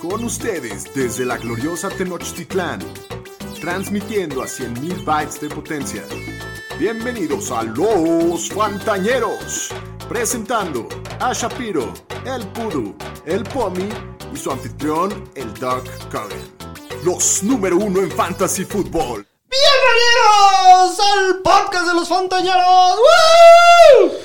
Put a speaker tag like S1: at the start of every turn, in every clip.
S1: Con ustedes desde la gloriosa Tenochtitlán, transmitiendo a 100.000 bytes de potencia. Bienvenidos a Los Fantañeros, presentando a Shapiro, el Puru, el Pomi y su anfitrión, el Doc Cohen. Los número uno en Fantasy Football.
S2: ¡Bienvenidos al podcast de los Fontañeros!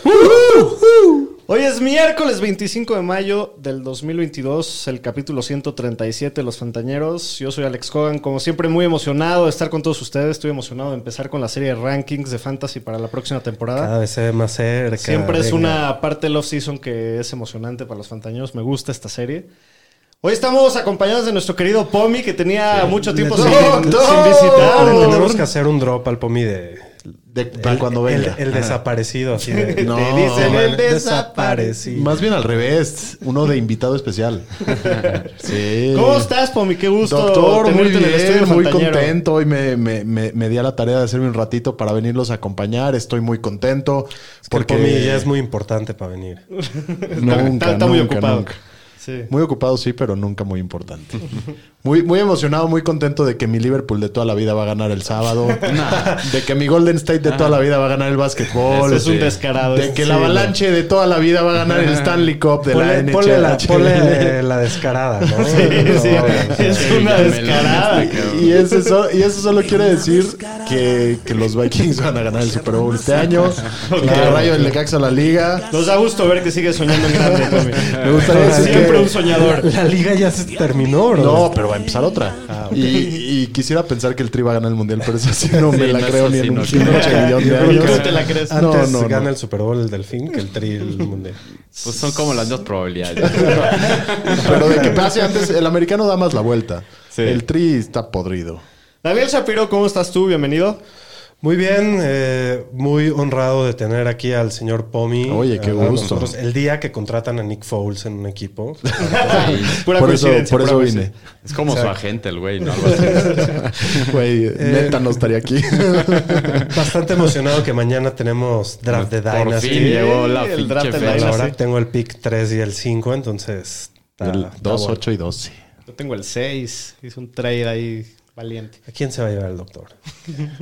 S2: ¡Woo! Hoy es miércoles 25 de mayo del 2022, el capítulo 137 de Los Fontañeros. Yo soy Alex Hogan, como siempre muy emocionado de estar con todos ustedes. Estoy emocionado de empezar con la serie de rankings de fantasy para la próxima temporada.
S3: Cada vez se ve más cerca.
S2: Siempre es
S3: venga.
S2: una parte del off-season que es emocionante para los fantañeros. Me gusta esta serie. Hoy estamos acompañados de nuestro querido Pomi, que tenía mucho tiempo
S3: Le-
S2: sin,
S3: le-
S2: sin
S3: Le
S2: visitar.
S3: tenemos que hacer un drop al Pomi de...
S4: De, para cuando
S3: el-
S4: venga.
S3: El, desaparecido, así de...
S4: No,
S3: te dicen
S4: man.
S3: el desaparecido.
S4: Más bien al revés, uno de invitado especial. Sí.
S2: ¿Cómo estás, Pomi? Qué gusto
S4: Doctor, muy
S2: tenerte en el estudio
S4: bien, muy
S2: Fantañero.
S4: contento. Hoy me, me- me- me di a la tarea de hacerme un ratito para venirlos a acompañar. Estoy muy contento
S3: Porque
S4: porque
S3: el Pomi ya es muy importante para venir.
S4: nunca,
S2: Está- está muy
S4: nunca,
S2: ocupado.
S4: nunca.
S2: Sí.
S4: Muy ocupado, sí, pero nunca muy importante. Muy, muy emocionado, muy contento de que mi Liverpool de toda la vida va a ganar el sábado. De que mi Golden State de toda la vida va a ganar el básquetbol.
S2: Ese Ah. es un descarado,
S4: De
S2: ese
S4: que
S2: sí,
S4: la Avalanche de toda la vida va a ganar el Stanley Cup de la
S3: Ponle,
S4: NHL.
S3: ponle la, ponle la descarada, ¿no?
S2: Sí, sí,
S3: No,
S2: es una descarada.
S4: Y eso, so- y eso solo quiere decir que, que los Vikings van a ganar el Super Bowl este año. Que el Rayo del Necaxa a la liga.
S2: Nos da gusto ver que sigues soñando en grande, Pomi.
S4: Me gustaría decir
S2: Siempre
S4: que-
S2: un soñador.
S3: La liga ya se terminó, bro.
S4: No, pero va a empezar otra. y, y quisiera pensar que el Tri va a ganar el mundial, pero eso sí no me
S5: Sí,
S4: la
S5: no,
S4: creo
S5: eso
S4: ni
S5: sí,
S4: en
S5: no
S4: un
S5: creo.
S4: pinche millón de
S2: ¿Por qué no
S4: años.
S2: te la crees?
S3: Antes
S4: no, no,
S3: gana
S4: no.
S3: el Super Bowl el Delfín que el Tri el Mundial.
S5: Pues son como las dos probabilidades.
S4: Pero de que pase antes, el americano da más la vuelta. El Tri está podrido.
S2: Daniel Shapiro, ¿cómo estás tú? Bienvenido.
S3: Muy bien, eh, muy honrado de tener aquí al señor Pomi.
S4: Oye, qué
S3: al lado de
S4: gusto.
S3: nosotros. el día que contratan a Nick Foles en un equipo.
S2: Pura
S4: por eso,
S2: coincidencia,
S4: por
S2: pura
S4: eso vine.
S2: coincidencia.
S5: Es como su agente, el güey, ¿no? Algo así.
S4: Güey, neta no estaría aquí.
S3: Bastante emocionado que mañana tenemos draft de
S5: Por
S3: Dynasty.
S5: fin llegó la
S2: El draft
S5: pinche
S2: de
S5: fecha.
S2: Dynasty.
S3: Ahora tengo el pick 3 y el 5, entonces... está-
S4: El
S3: está
S4: 2,
S3: bueno.
S4: 8 y 12.
S2: Yo tengo el 6. Hice un trade ahí valiente.
S3: ¿A quién se va a llevar el doctor?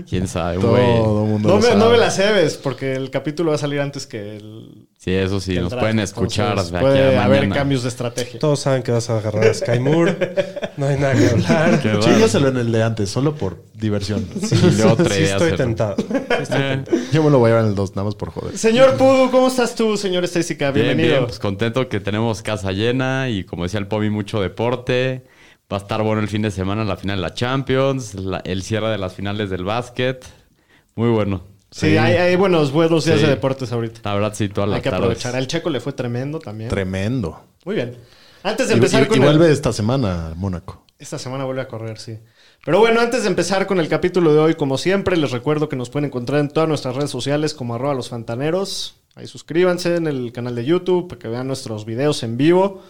S5: ¿Quién sabe,
S4: Todo
S5: güey?
S4: mundo
S2: No
S4: lo
S2: me,
S4: sabe.
S2: no me las cebes, porque el capítulo va a salir antes que el.
S5: Sí, eso sí,
S2: que el
S5: nos
S2: draft.
S5: pueden escuchar
S2: Entonces,
S5: de aquí a
S2: Puede haber
S5: mañana.
S2: cambios de estrategia.
S3: Todos saben que vas a agarrar a Sky Moore. No hay nada que hablar.
S5: Qué bárbaro.
S4: Chígaselo en el de antes, solo por diversión.
S5: Y luego otra
S3: sí
S5: idea
S3: estoy
S5: hacerlo.
S3: tentado.
S2: Este,
S5: Eh,
S4: Yo me lo voy a llevar en el 2, nada más por joder.
S2: Señor Pudu, ¿cómo estás tú, señor Estésica?
S5: Bien,
S2: Bienvenido.
S5: bien, pues contento que tenemos casa llena y como decía el Pomi, mucho deporte. Va a estar bueno el fin de semana, la final de la Champions, la- el cierre de las finales del básquet. Muy bueno.
S2: Sí, Hay, hay buenos, buenos días
S5: Sí.
S2: de deportes ahorita.
S5: La verdad, sí, todas
S2: Hay
S5: las
S2: que
S5: tardes.
S2: aprovechar. Al Checo le fue tremendo también.
S4: Tremendo.
S2: Muy bien. Antes de
S4: Y,
S2: empezar
S4: y-
S2: con
S4: y
S2: el-
S4: vuelve esta semana a Mónaco.
S2: Esta semana vuelve a correr, sí. Pero bueno, antes de empezar con el capítulo de hoy, como siempre, les recuerdo que nos pueden encontrar en todas nuestras redes sociales como arroba los fantaneros. Ahí suscríbanse en el canal de YouTube para que vean nuestros videos en vivo.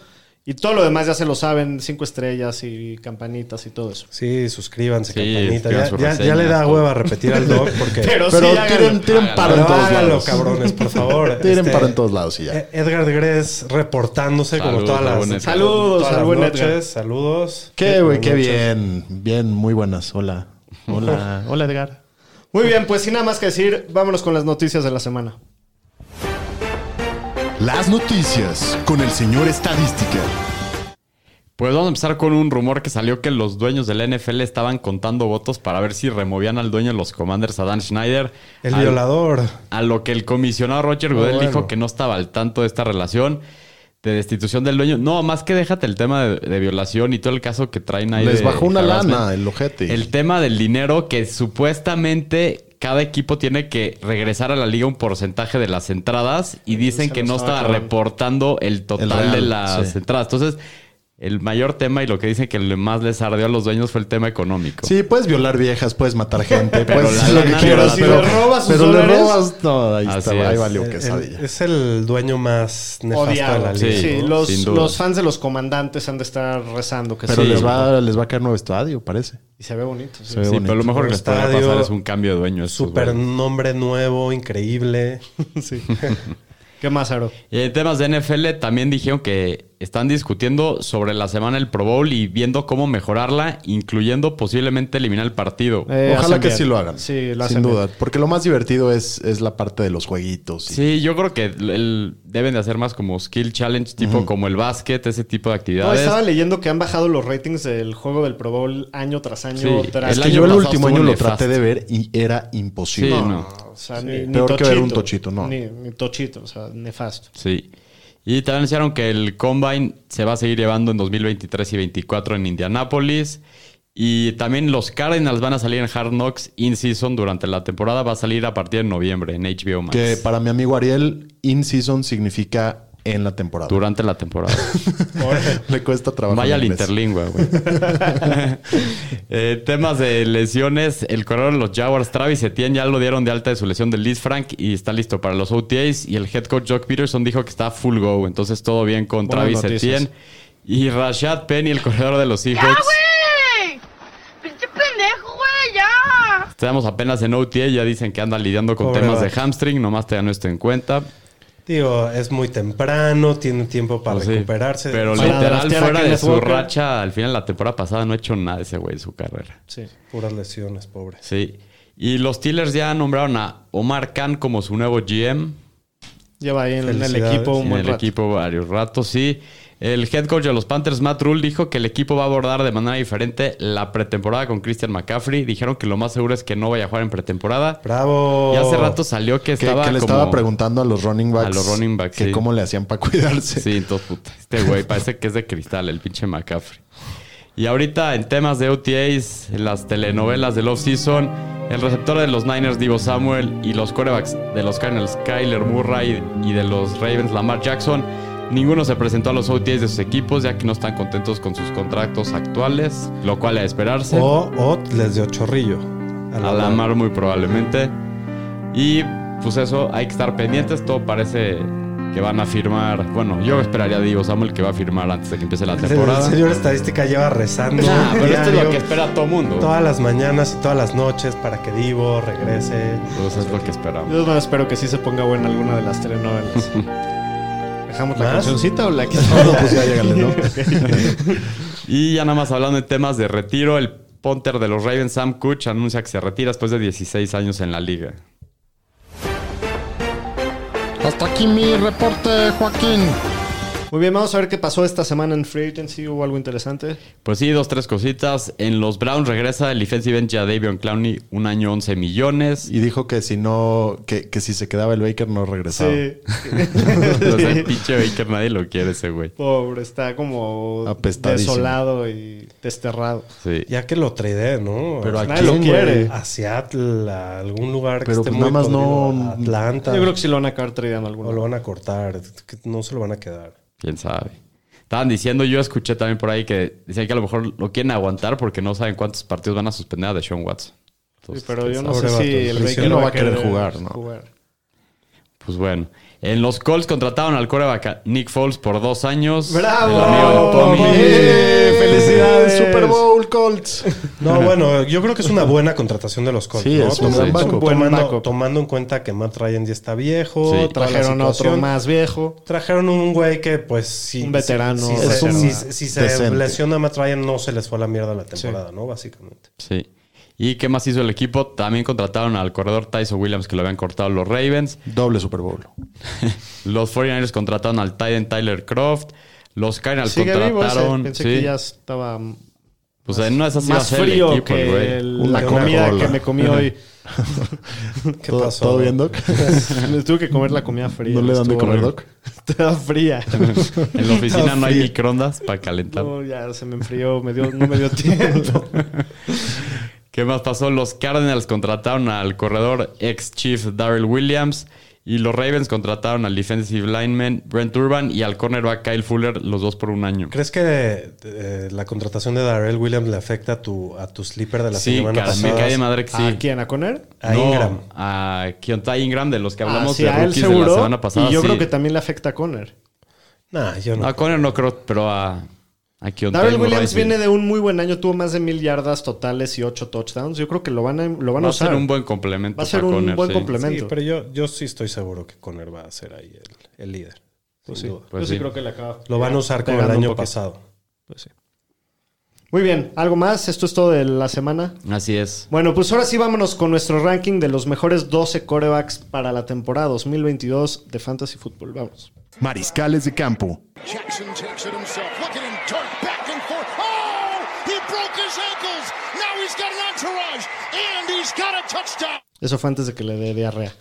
S2: Y todo lo demás ya se lo saben, cinco estrellas y campanitas y todo eso.
S3: Sí, suscríbanse,
S5: Sí,
S3: campanita.
S5: escriban
S3: Ya,
S5: su
S3: ya- ya
S5: reseña,
S3: le da
S5: todo.
S3: hueva repetir al doc porque...
S2: Pero, sí,
S4: Pero tiren,
S2: háganlo.
S4: tiren paro en
S3: Pero
S4: todos
S3: háganlo,
S4: lados.
S3: cabrones, por favor.
S4: Tiren
S3: Este,
S4: paro en todos lados y ya.
S3: Eh, Edgar de Gres reportándose como
S5: Saludos,
S3: todas
S5: al
S3: las,
S5: buen Edgar.
S2: Saludos
S3: todas
S2: al
S3: las
S2: buen
S3: noches.
S2: Edgar.
S3: Saludos.
S2: eh,
S4: Qué güey,
S3: Buenas
S4: qué
S3: noches.
S4: bien. Bien, muy buenas. Hola. Hola. Hola, Edgar.
S2: Muy bien, pues sin nada más que decir, vámonos con las noticias de la semana.
S1: Las noticias con el señor Estadística.
S5: Pues vamos a empezar con un rumor que salió que los dueños del NFL estaban contando votos para ver si removían al dueño de los Commanders, a Dan Schneider.
S3: El
S5: Al-
S3: violador.
S5: A lo que el comisionado Roger Goodell
S3: bueno.
S5: dijo que no estaba al tanto de esta relación de destitución del dueño. No, más que déjate el tema de, de violación y todo el caso que traen ahí.
S4: Les
S5: de
S4: bajó una
S5: harassment.
S4: lana el ojete.
S5: El tema del dinero que supuestamente cada equipo tiene que regresar a la liga un porcentaje de las entradas y dicen
S2: se
S5: que
S2: lo
S5: no
S2: estaba
S5: estaba
S2: cobrando.
S5: reportando el total
S4: El real,
S5: de las
S4: sí.
S5: entradas. Entonces, el mayor tema y lo que dicen que le- más les ardió a los dueños fue el tema económico.
S4: Sí, puedes violar viejas, puedes matar gente,
S5: Pero
S4: puedes
S5: la
S4: hacer lo que
S5: lana
S4: quieras,
S5: no
S2: la
S4: pero,
S2: dan. Pero le robas sus
S4: pero le
S2: dólares.
S4: robas, no, ahí
S5: Así
S4: está, ahí
S5: es.
S4: valió
S3: El-
S4: quesadilla.
S3: es el dueño más nefasto de la
S2: Odiado.
S3: liga.
S2: Sí,
S5: Sí,
S3: ¿no?
S2: los,
S5: sin duda.
S2: los fans de los comandantes han de estar rezando que
S4: pero
S2: sí.
S4: les va les va a caer nuevo estadio, parece.
S2: Y se ve bonito. sí.
S4: Se ve
S5: Sí,
S4: bonito.
S5: pero lo mejor que les podría
S3: Estadio,
S6: Pues,
S5: pasar es un cambio de dueño. a estos
S3: Super
S5: güeyes.
S3: nombre nuevo, increíble.
S2: Sí. ¿Qué más, Aro?
S6: Y en temas de NFL también dijeron que están discutiendo sobre la semana del Pro Bowl y viendo cómo mejorarla, incluyendo posiblemente eliminar el partido.
S2: Eh,
S4: Ojalá
S2: hacen
S4: que
S2: bien.
S4: sí lo hagan.
S2: Sí, lo
S4: sin
S2: hacen
S4: duda. Porque lo más divertido es, es la parte de los jueguitos. y-
S6: Sí, yo creo que el- deben de hacer más como skill challenge, tipo como el básquet, ese tipo de
S2: No,
S6: actividades.
S2: estaba leyendo que han bajado los ratings del juego del Pro Bowl año tras año.
S6: Sí,
S2: tras
S4: Es
S6: el año
S4: que yo el
S6: pasado
S4: último
S6: estuvo
S4: año lo
S6: nefasto.
S4: traté de ver y era
S6: sí,
S4: imposible.
S6: no.
S2: O sea, ni, ni
S4: Peor que ver un tochito, no.
S2: Ni, ni tochito, o sea, nefasto.
S6: Sí. Y también anunciaron que el Combine se va a seguir llevando en 2023 y 2024 en Indianápolis. Y también los Cardinals van a salir en Hard Knocks in season durante la temporada. Va a salir a partir de noviembre en HBO Max.
S4: Que para mi amigo Ariel, in season significa en la temporada.
S6: Durante la temporada.
S4: Le cuesta trabajo.
S6: Vaya
S4: en
S6: al
S4: inglés.
S6: interlingua, güey. Eh, temas de lesiones. El corredor de los Jaguars, Travis Etienne, ya lo dieron de alta de su lesión de Liz Frank y está listo para los OTAs. Y el head coach Jock Peterson dijo que está full go. Entonces todo bien con
S2: Buenas
S6: Travis
S2: noticias.
S6: Etienne. Y Rashad Penny, el corredor de los Seahawks.
S7: güey! ¡Pinche pendejo, güey! ¡Ya!
S6: Estamos apenas en OTA. Ya dicen que anda lidiando con
S3: Pobre
S6: temas
S3: vato.
S6: de hamstring. Nomás te dan esto en cuenta.
S3: Digo, es muy temprano, tiene tiempo para
S6: Pues sí.
S3: recuperarse.
S6: Pero
S2: Para
S6: literal,
S2: draftear a
S6: fuera de
S2: Kenneth
S6: su
S2: Walker.
S6: racha, al final la temporada pasada no ha hecho nada ese güey en su carrera.
S2: Sí.
S3: Puras lesiones, pobres.
S6: Sí. Y los Steelers ya nombraron a Omar Khan como su nuevo GM.
S2: Lleva ahí en, en el
S3: Felicidades.
S2: equipo un
S6: en
S2: buen
S6: el
S2: rato.
S6: equipo varios ratos, sí. El head coach de los Panthers, Matt Rule, dijo que el equipo va a abordar de manera diferente la pretemporada con Christian McCaffrey. Dijeron que lo más seguro es que no vaya a jugar en pretemporada.
S3: Bravo.
S6: Y hace rato salió que
S4: Que,
S6: estaba
S4: que le
S6: como-
S4: estaba preguntando a los running backs.
S6: A los running backs,
S4: Que
S6: sí.
S4: cómo le hacían para cuidarse.
S6: Sí, entonces, puta, este güey parece que es de cristal, el pinche McCaffrey. Y ahorita en temas de OTAs, en las telenovelas del off-season, el receptor de los Niners, Divo Samuel, y los quarterbacks de los Cardinals, Kyler Murray, y de los Ravens, Lamar Jackson, ninguno se presentó a los OTAs de sus equipos, ya que no están contentos con sus contratos actuales, lo cual a esperarse.
S3: O, o les dio chorrillo. A
S6: A la mar muy probablemente. Y pues eso, hay que estar pendientes. Todo parece que van a firmar. Bueno, yo esperaría a Divo Samuel que va a firmar antes de que empiece la
S3: El
S6: temporada.
S3: señor estadística lleva rezando
S6: Nah, pero esto es lo
S3: diario,
S6: que espera todo mundo.
S3: todas las mañanas y todas las noches para que Divo regrese.
S6: Pues es lo que esperamos.
S2: Yo más espero que sí se ponga buena alguna de las telenovelas. ¿Dejamos la
S3: ¿Más?
S2: cancioncita o la
S4: No,
S2: quitamos?
S4: pues ya llégale, ¿no?
S6: Y ya nada más hablando de temas de retiro, el punter de los Ravens, Sam Kuch, anuncia que se retira después de 16 años en la liga.
S4: Hasta aquí mi reporte, Joaquín.
S2: Muy bien, vamos a ver qué pasó esta semana en Free Agency. ¿Hubo algo interesante?
S6: Pues sí, dos, tres cositas. En los Browns regresa el defensive end Davion Clowney, un año 11 millones.
S4: Y dijo que si no, que, que si se quedaba el Baker no regresaba.
S6: Entonces, el pinche Baker nadie lo quiere ese güey.
S2: Pobre, está como
S4: Apestadísimo.
S2: desolado y desterrado.
S6: Sí.
S3: Ya que lo tradee, ¿no?
S4: Pero
S6: Pues
S3: A-
S4: aquí
S2: Nadie lo quiere.
S3: a Seattle, a algún lugar
S4: Pero
S3: que esté
S4: pues
S3: muy
S4: nada más no-
S3: podrido, a Atlanta.
S2: Yo creo que sí lo van a acabar tradeando
S3: O
S2: alguno.
S3: lo van a cortar, que no se lo van a quedar.
S6: Quién sabe. Estaban diciendo, yo escuché también por ahí que decían que a lo mejor lo quieren aguantar porque no saben cuántos partidos van a suspender a Deshaun Watson.
S2: Sí,
S6: Entonces,
S2: pero yo no sé
S3: Pobre vato,
S2: si el
S3: sí,
S2: Baker
S4: no va a querer jugar, ¿no?
S6: Pues bueno. En los Colts contrataron al coreback Nick Foles por dos años.
S2: ¡Bravo!
S6: El amigo de Tommy.
S2: Tommy.
S4: ¡Eh!
S3: ¡Felicidades!
S4: Super Bowl Colts.
S3: No, bueno, yo creo que es una buena contratación de los Colts.
S4: Sí,
S3: ¿no?
S4: es un
S6: gran
S3: Tomando-
S4: backup.
S2: Buen
S3: Tomando,
S2: backup.
S3: tomando en cuenta que Matt Ryan ya está viejo,
S6: Sí.
S3: toda la
S2: Trajeron a otro
S3: situación.
S2: más viejo.
S3: Trajeron un güey que, pues, sí.
S2: Un veterano,
S3: Si, si
S2: es
S3: se,
S2: un
S3: si- si se
S4: decente.
S3: lesiona a Matt Ryan, no se les fue a la mierda la temporada, ¿no? Básicamente.
S6: Sí. ¿Y qué más hizo el equipo? También contrataron al corredor Tyson Williams que lo habían cortado los Ravens.
S4: Doble Super Bowl.
S6: Los 49ers contrataron al Titan Tyler Croft. Los Cardinals
S2: Sigue vivo ese.
S6: contrataron.
S2: Pensé
S6: sí.
S2: que ya estaba
S6: Pues en una de esas iba a
S2: más
S6: ser el
S2: frío
S6: equipo, el güey.
S2: que el-
S4: Una
S2: la comida
S4: Coca-Cola.
S2: que me comí hoy.
S3: ¿Qué
S4: ¿Todo,
S3: pasó?
S4: ¿Todo bien, Doc?
S2: Me tuve que comer la comida fría.
S4: ¿No le dan de
S2: Estuvo
S4: comer,
S2: horrible.
S4: Doc?
S2: Estaba fría.
S6: En la oficina no hay microondas para calentar.
S2: No, ya se me enfrió, me dio, no me dio tiempo.
S6: ¿Qué más pasó? Los Cardinals contrataron al corredor ex Chief Darrell Williams y los Ravens contrataron al defensive lineman Brent Urban y al cornerback Kyle Fuller, los dos por un año.
S3: ¿Crees que eh, la contratación de Darrell Williams le afecta a tu, a tu sleeper de la
S6: Sí,
S3: semana
S6: cara, me
S3: pasada?
S6: cae de madre que sí.
S2: ¿A quién? Ah, ¿A Conner?
S3: A
S6: No,
S3: Ingram.
S6: A Keontae Ingram, de los que hablamos
S2: Ah, sí,
S6: de
S2: a él
S6: rookies de la
S2: seguro.
S6: semana pasada.
S2: y yo
S6: sí.
S2: creo que también le afecta a Conner.
S3: Nah, yo no.
S6: A Conner no creo, pero a Aquí on
S2: Darrell
S6: time,
S2: Williams
S6: Rice
S2: viene de un muy buen año, tuvo más de mil yardas totales y ocho touchdowns. Yo creo que lo van a, lo van a
S6: va a
S2: usar.
S6: ser un buen complemento.
S2: va a ser
S6: para
S2: un
S6: Conner,
S2: buen
S6: sí.
S2: complemento.
S3: Sí, pero yo, yo sí estoy seguro que Conner va a ser ahí el, el líder.
S2: Pues
S3: sin
S2: sí.
S3: duda.
S6: Pues
S2: Yo sí
S6: sí.
S2: creo que le acaba.
S3: Lo van a usar como el
S2: Pegando un
S3: año
S2: poquito.
S3: pasado.
S2: Pues sí. Muy bien, ¿algo más? Esto es todo de la semana.
S6: Así es.
S2: Bueno, pues ahora sí vámonos con nuestro ranking de los mejores 12 corebacks para la temporada 2022 de Fantasy Football. Vamos.
S1: Mariscales de campo.
S8: Jackson takes it himself. Look at him dart back and forth. Oh! He broke his ankles. Now he's got an entourage. And he's got a touchdown.
S2: Eso fue antes de que le dé diarrea.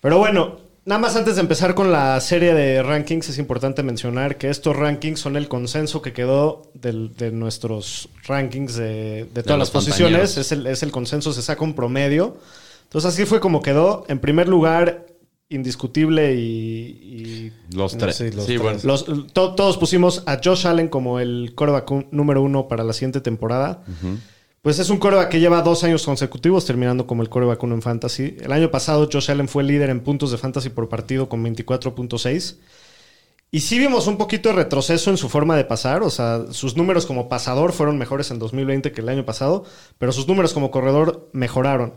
S2: Pero bueno, nada más antes de empezar con la serie de rankings, es importante mencionar que estos rankings son el consenso que quedó del- de nuestros rankings de, de todas las
S6: los
S2: posiciones.
S6: compañeros.
S2: Es el, es el consenso, se saca un promedio. Entonces así fue como quedó. En primer lugar, indiscutible y... y
S6: Los
S3: No,
S6: tres.
S3: sí,
S6: Sí,
S3: los tres.
S6: bueno.
S2: los- to- todos pusimos a Josh Allen como el coreback un- número uno para la siguiente temporada. Pues es un coreback que lleva dos años consecutivos terminando como el coreback uno en fantasy. El año pasado Josh Allen fue líder en puntos de fantasy por partido con 24.6. Y sí vimos un poquito de retroceso en su forma de pasar. O sea, sus números como pasador fueron mejores en 2020 que el año pasado, pero sus números como corredor mejoraron.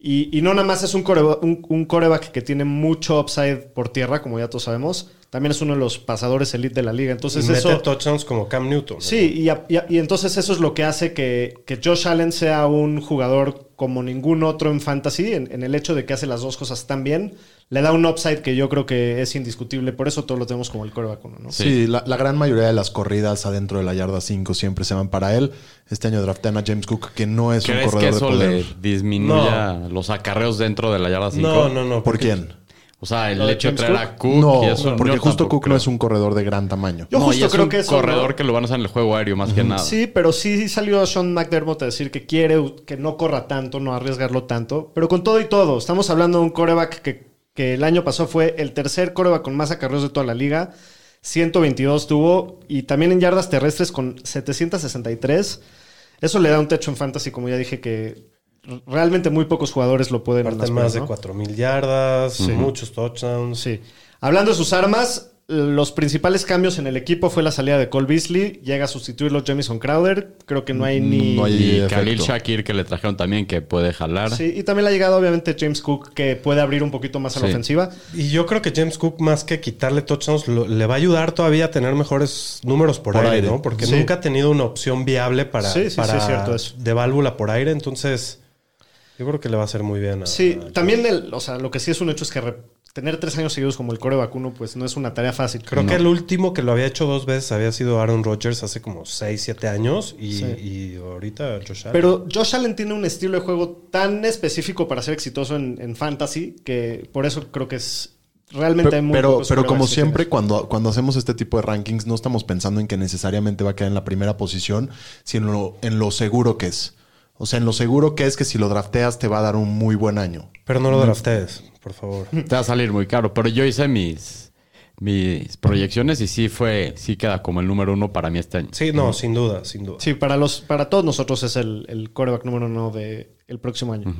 S2: Y, y no nada más es un, core- un, un coreback que tiene mucho upside por tierra, como ya todos sabemos. También es uno de los pasadores elite de la liga. Entonces
S3: Y mete
S2: eso...
S3: touchdowns como Cam Newton. ¿no?
S2: Sí, y, a- y a- y entonces eso es lo que hace que, que Josh Allen sea un jugador como ningún otro en fantasy, en, en el hecho de que hace las dos cosas tan bien, le da un upside que yo creo que es indiscutible, por eso todos lo tenemos como el coreback uno, ¿no?
S4: Sí, la, la gran mayoría de las corridas adentro de la yarda 5 siempre se van para él. Este año draftean a James Cook, que no es un
S6: ¿Crees que
S4: corredor de
S6: eso le
S4: poder.
S6: disminuya los acarreos dentro de la yarda 5?
S3: No, no, no.
S4: ¿Por
S3: porque-
S4: quién?
S6: O sea, el
S2: ¿Lo de
S6: hecho de
S2: James
S6: traer
S2: Cook?
S6: a Cook
S4: no,
S6: y eso.
S4: porque
S6: yo
S4: justo
S6: tampoco
S4: Cook no es un corredor de gran tamaño.
S2: Yo
S6: No, y
S2: justo
S6: es
S2: creo
S6: un
S2: que eso
S6: corredor
S2: no-
S6: que lo van a usar en el juego aéreo más que nada.
S2: Sí, pero sí salió Sean McDermott a decir que quiere que no corra tanto, no arriesgarlo tanto. Pero con todo y todo, estamos hablando de un coreback que, que el año pasado fue el tercer coreback con más acarreos de toda la liga. 122 tuvo y también en yardas terrestres con 763. Eso le da un techo en fantasy, como ya dije, que r- realmente muy pocos jugadores lo pueden
S3: Aparte
S2: aspirar,
S3: más de
S2: ¿no?
S3: 4.000 yardas, muchos touchdowns.
S2: Sí. Hablando de sus armas, los principales cambios en el equipo fue la salida de Cole Beasley. Llega a sustituirlo Jamison Crowder. Creo que no hay ni...
S4: No hay
S6: Y
S4: efecto.
S6: Khalil Shakir que le trajeron también que puede jalar.
S2: Sí, y también le ha llegado obviamente James Cook, que puede abrir un poquito más a la
S6: Sí.
S2: ofensiva.
S3: Y yo creo que James Cook, más que quitarle touchdowns, lo- le va a ayudar todavía a tener mejores números por,
S4: Por
S3: aire,
S4: aire.
S3: ¿no? Porque
S2: Sí.
S3: nunca ha tenido una opción viable para,
S2: Sí, sí,
S3: para-
S2: sí, es cierto eso.
S3: de válvula por aire. Entonces, yo creo que le va a hacer muy bien. a-
S2: Sí,
S3: a-
S2: también el, o sea, lo que sí es un hecho es que re- tener tres años seguidos como el core vacuno, pues no es una tarea fácil.
S3: Creo que el último que lo había hecho dos veces había sido Aaron Rodgers hace como 6, 7 años. Y,
S2: Sí.
S3: y ahorita Josh Allen.
S2: Pero Josh Allen tiene un estilo de juego tan específico para ser exitoso en, en fantasy que por eso creo que es realmente hay
S4: Pero,
S2: muy
S4: pero,
S2: pocos
S4: pero como
S2: quarterbacks que
S4: siempre,
S2: tengan.
S4: cuando, cuando hacemos este tipo de rankings, no estamos pensando en que necesariamente va a quedar en la primera posición, sino en lo, en lo seguro que es. O sea, en lo seguro que es que si lo drafteas te va a dar un muy buen año.
S3: Pero
S2: Mm.
S3: no lo draftees, por favor.
S6: Te va a salir muy caro. Pero yo hice mis, mis proyecciones y sí fue, sí queda como el número uno para mí este año.
S3: Sí, no, sin duda, sin duda.
S2: Mm. Sí, para los, para todos nosotros es el, el coreback número uno del próximo año.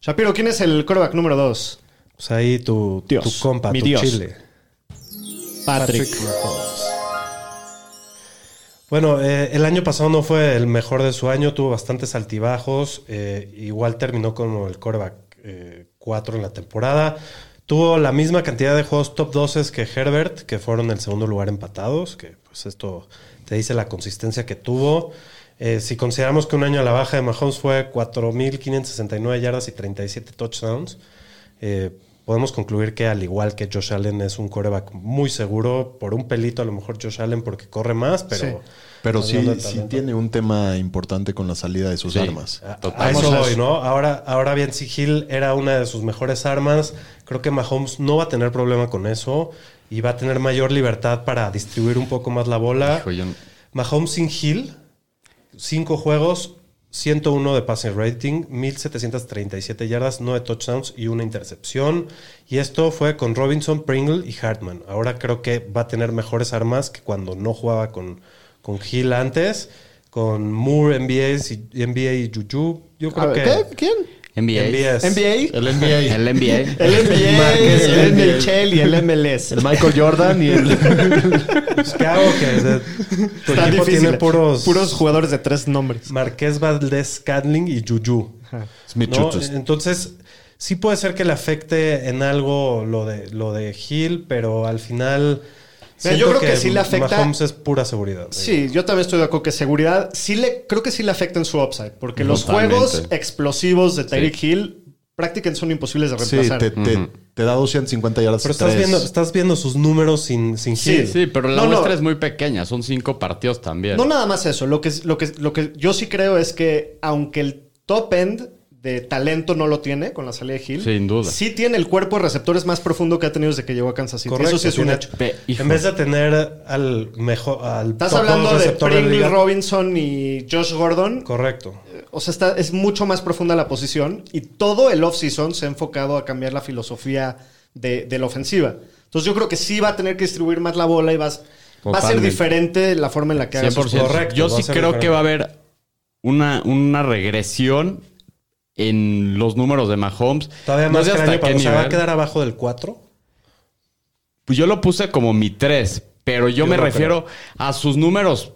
S2: Shapiro, ¿quién es el coreback número dos?
S3: Pues ahí tu, tu
S2: Dios,
S3: compa,
S2: mi
S3: tu
S2: Dios.
S3: chile.
S2: Patrick.
S3: Mahomes. Bueno, eh, el año pasado no fue el mejor de su año, tuvo bastantes altibajos, eh, igual terminó como el coreback 4 en la temporada. Tuvo la misma cantidad de juegos top 12 que Herbert, que fueron el segundo lugar empatados, que pues esto te dice la consistencia que tuvo. Eh, si consideramos que un año a la baja de Mahomes fue 4.569 yardas y 37 touchdowns, eh, podemos concluir que al igual que Josh Allen es un coreback muy seguro, por un pelito a lo mejor Josh Allen porque corre más, pero...
S2: Sí.
S4: Pero
S3: estás
S4: sí,
S3: hablando de
S4: sí
S3: talento.
S4: tiene un tema importante con la salida de sus
S6: Sí.
S4: armas.
S3: A- A
S6: Total.
S3: eso
S2: Vamos a
S3: voy,
S2: eso.
S3: ¿no? Ahora, ahora bien, si Hill era una de sus mejores armas, creo que Mahomes no va a tener problema con eso y va a tener mayor libertad para distribuir un poco más la bola.
S6: Hijo, yo no-
S3: Mahomes sin Hill, 5 juegos, 101 de passing rating, 1737 yardas, 9 touchdowns y una intercepción. Y esto fue con Robinson, Pringle y Hartman. Ahora creo que va a tener mejores armas que cuando no jugaba con, con Hill antes. Con Moore, NBA y, NBA y Juju. Yo creo
S2: A ver,
S3: que.
S2: ¿qué? ¿Quién?
S6: NBA.
S3: NBS.
S2: NBA.
S4: El NBA.
S6: El NBA.
S2: El NBA,
S4: Márquez,
S2: el
S4: el
S2: NHL y el MLS.
S4: El Michael Jordan y el.
S3: Pues, ¿Qué hago? Que de- tu
S2: Está
S3: equipo
S2: difícil.
S3: tiene puros,
S2: jugadores de tres nombres.
S3: Marqués Valdés Scantling y Juju. ¿no?
S4: Smith-Schuster.
S3: Entonces, sí puede ser que le afecte en algo lo de, lo de Hill, pero al final. siento
S2: yo creo que sí le afecta-
S3: Mahomes es pura seguridad.
S2: Sí, yo también estoy de acuerdo que seguridad sí le creo que sí le afecta en su upside, porque los
S6: Totalmente.
S2: juegos explosivos de Tyreek Hill prácticamente son imposibles de
S4: Sí,
S2: reemplazar.
S4: te, te- te da 250 yardas.
S3: Pero estás
S4: tres.
S3: viendo, estás viendo sus números sin, sin
S2: Sí,
S3: Hill.
S6: Sí, pero la
S2: No, no.
S6: muestra es muy pequeña. Son cinco partidos también.
S2: No nada más eso, lo que lo que lo que yo sí creo es que aunque el top end de talento no lo tiene con la salida de Hill,
S6: Sin duda.
S2: Sí tiene el cuerpo de receptores más profundo que ha tenido desde que llegó a Kansas City. eso sí es un
S3: tiene-
S2: hecho.
S6: Ve, hijo.
S3: En vez de tener al mejor al
S2: Estás
S3: top
S2: hablando de
S3: receptor la
S2: Pringle
S3: liga.
S2: Robinson y Josh Gordon.
S3: Correcto.
S2: O sea, está, es mucho más profunda la posición y todo el offseason se ha enfocado a cambiar la filosofía de, de la ofensiva. Entonces yo creo que sí va a tener que distribuir más la bola y vas, va a ser
S6: Totalmente.
S2: diferente la forma en la que haga sus
S6: 100%.
S2: cosas.
S3: Correcto,
S6: Yo
S3: va a
S6: sí
S3: ser
S6: creo
S3: diferente.
S6: que va a haber una, una regresión en los números de Mahomes.
S3: Todavía
S6: No
S3: más
S6: sé
S3: que el
S6: hasta
S3: año
S6: qué
S3: pasado. O sea, va a
S6: nivel.
S3: quedar abajo del 4.
S6: Pues yo lo puse como mi 3, pero yo,
S3: Yo
S6: me
S3: no
S6: refiero a sus números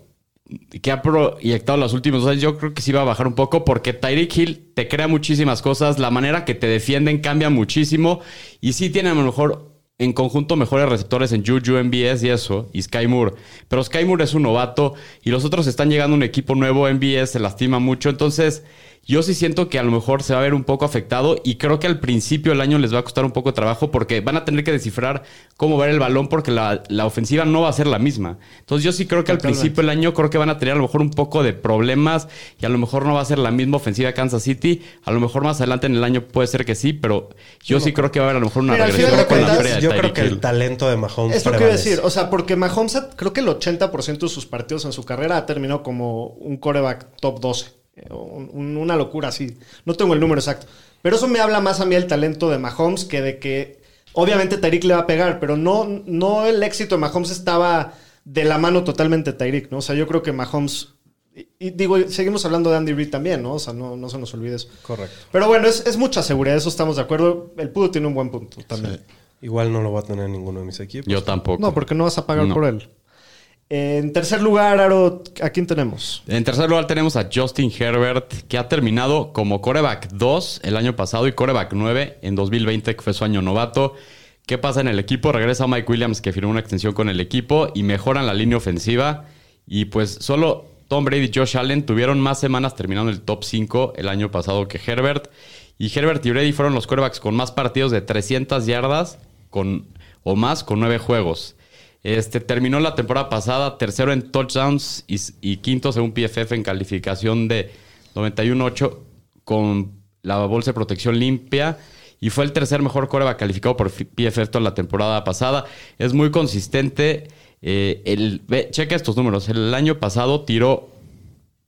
S6: que ha proyectado los últimos dos años. Yo creo que sí va a bajar un poco porque Tyreek Hill te crea muchísimas cosas, la manera que te defienden cambia muchísimo y sí tiene a lo mejor en conjunto mejores receptores en Juju, MBS y eso, y Sky Moore. Pero Sky Moore es un novato y los otros están llegando a un equipo nuevo, MBS se lastima mucho, entonces... Yo sí siento que a lo mejor se va a ver un poco afectado y creo que al principio del año les va a costar un poco de trabajo porque van a tener que descifrar cómo ver el balón porque la, la ofensiva no va a ser la misma. Entonces yo sí creo que al
S2: Totalmente.
S6: principio del año creo que van a tener a lo mejor un poco de problemas y a lo mejor no va a ser la misma ofensiva de Kansas City. A lo mejor más adelante en el año puede ser que sí, pero yo sí creo que va a haber a lo mejor una
S2: Mira, al
S6: regresión
S2: final de
S6: con la
S2: cuentas,
S6: pérdida de
S3: Yo creo
S6: Tyreek
S3: que el
S6: Hill.
S3: talento de Mahomes
S2: Es lo que iba a
S3: prevalece.
S2: decir. O sea, porque Mahomes, ha- creo que el 80% de sus partidos en su carrera ha terminado como un coreback top 12. Eh, un- un- una locura así. No tengo el número exacto. Pero eso me habla más a mí del talento de Mahomes que de que obviamente Tyreek le va a pegar, pero no, no el éxito de Mahomes estaba de la mano totalmente de Tyreek, ¿no? O sea, yo creo que Mahomes... Y, y digo, seguimos hablando de Andy Reid también, ¿no? O sea, no, no se nos olvide eso.
S3: Correcto.
S2: Pero bueno, es, es mucha seguridad, eso estamos de acuerdo. El Pudo tiene un buen punto también.
S3: Igual no lo va a tener ninguno de mis equipos.
S6: Yo tampoco.
S2: No, porque no vas a pagar
S6: No.
S2: por él. En tercer lugar, Aro, ¿a quién tenemos?
S6: En tercer lugar tenemos a Justin Herbert, que ha terminado como coreback 2 el año pasado y coreback 9 en 2020, que fue su año novato. ¿Qué pasa en el equipo? Regresa Mike Williams, que firmó una extensión con el equipo y mejoran la línea ofensiva. Y pues solo Tom Brady y Josh Allen tuvieron más semanas terminando el top 5 el año pasado que Herbert. Y Herbert y Brady fueron los corebacks con más partidos de 300 yardas con, o más con 9 juegos. Este, terminó la temporada pasada tercero en touchdowns y, y quinto según PFF en calificación de 91-8 con la bolsa de protección limpia y fue el tercer mejor coreback calificado por F- PFF toda la temporada pasada. Es muy consistente. eh, el, ve, checa estos números. El año pasado tiró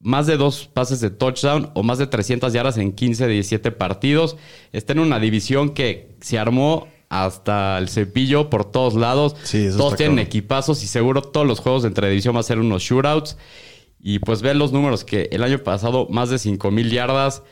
S6: más de dos pases de touchdown o más de 300 yardas en 15 de 17 partidos. Está en una división que se armó hasta el cepillo por todos lados.
S4: Sí, eso
S6: todos
S4: está
S6: tienen
S4: cabrón.
S6: equipazos y seguro todos los juegos de entre división van a ser unos shootouts. Y pues ven los números que el año pasado más de 5 mil yardas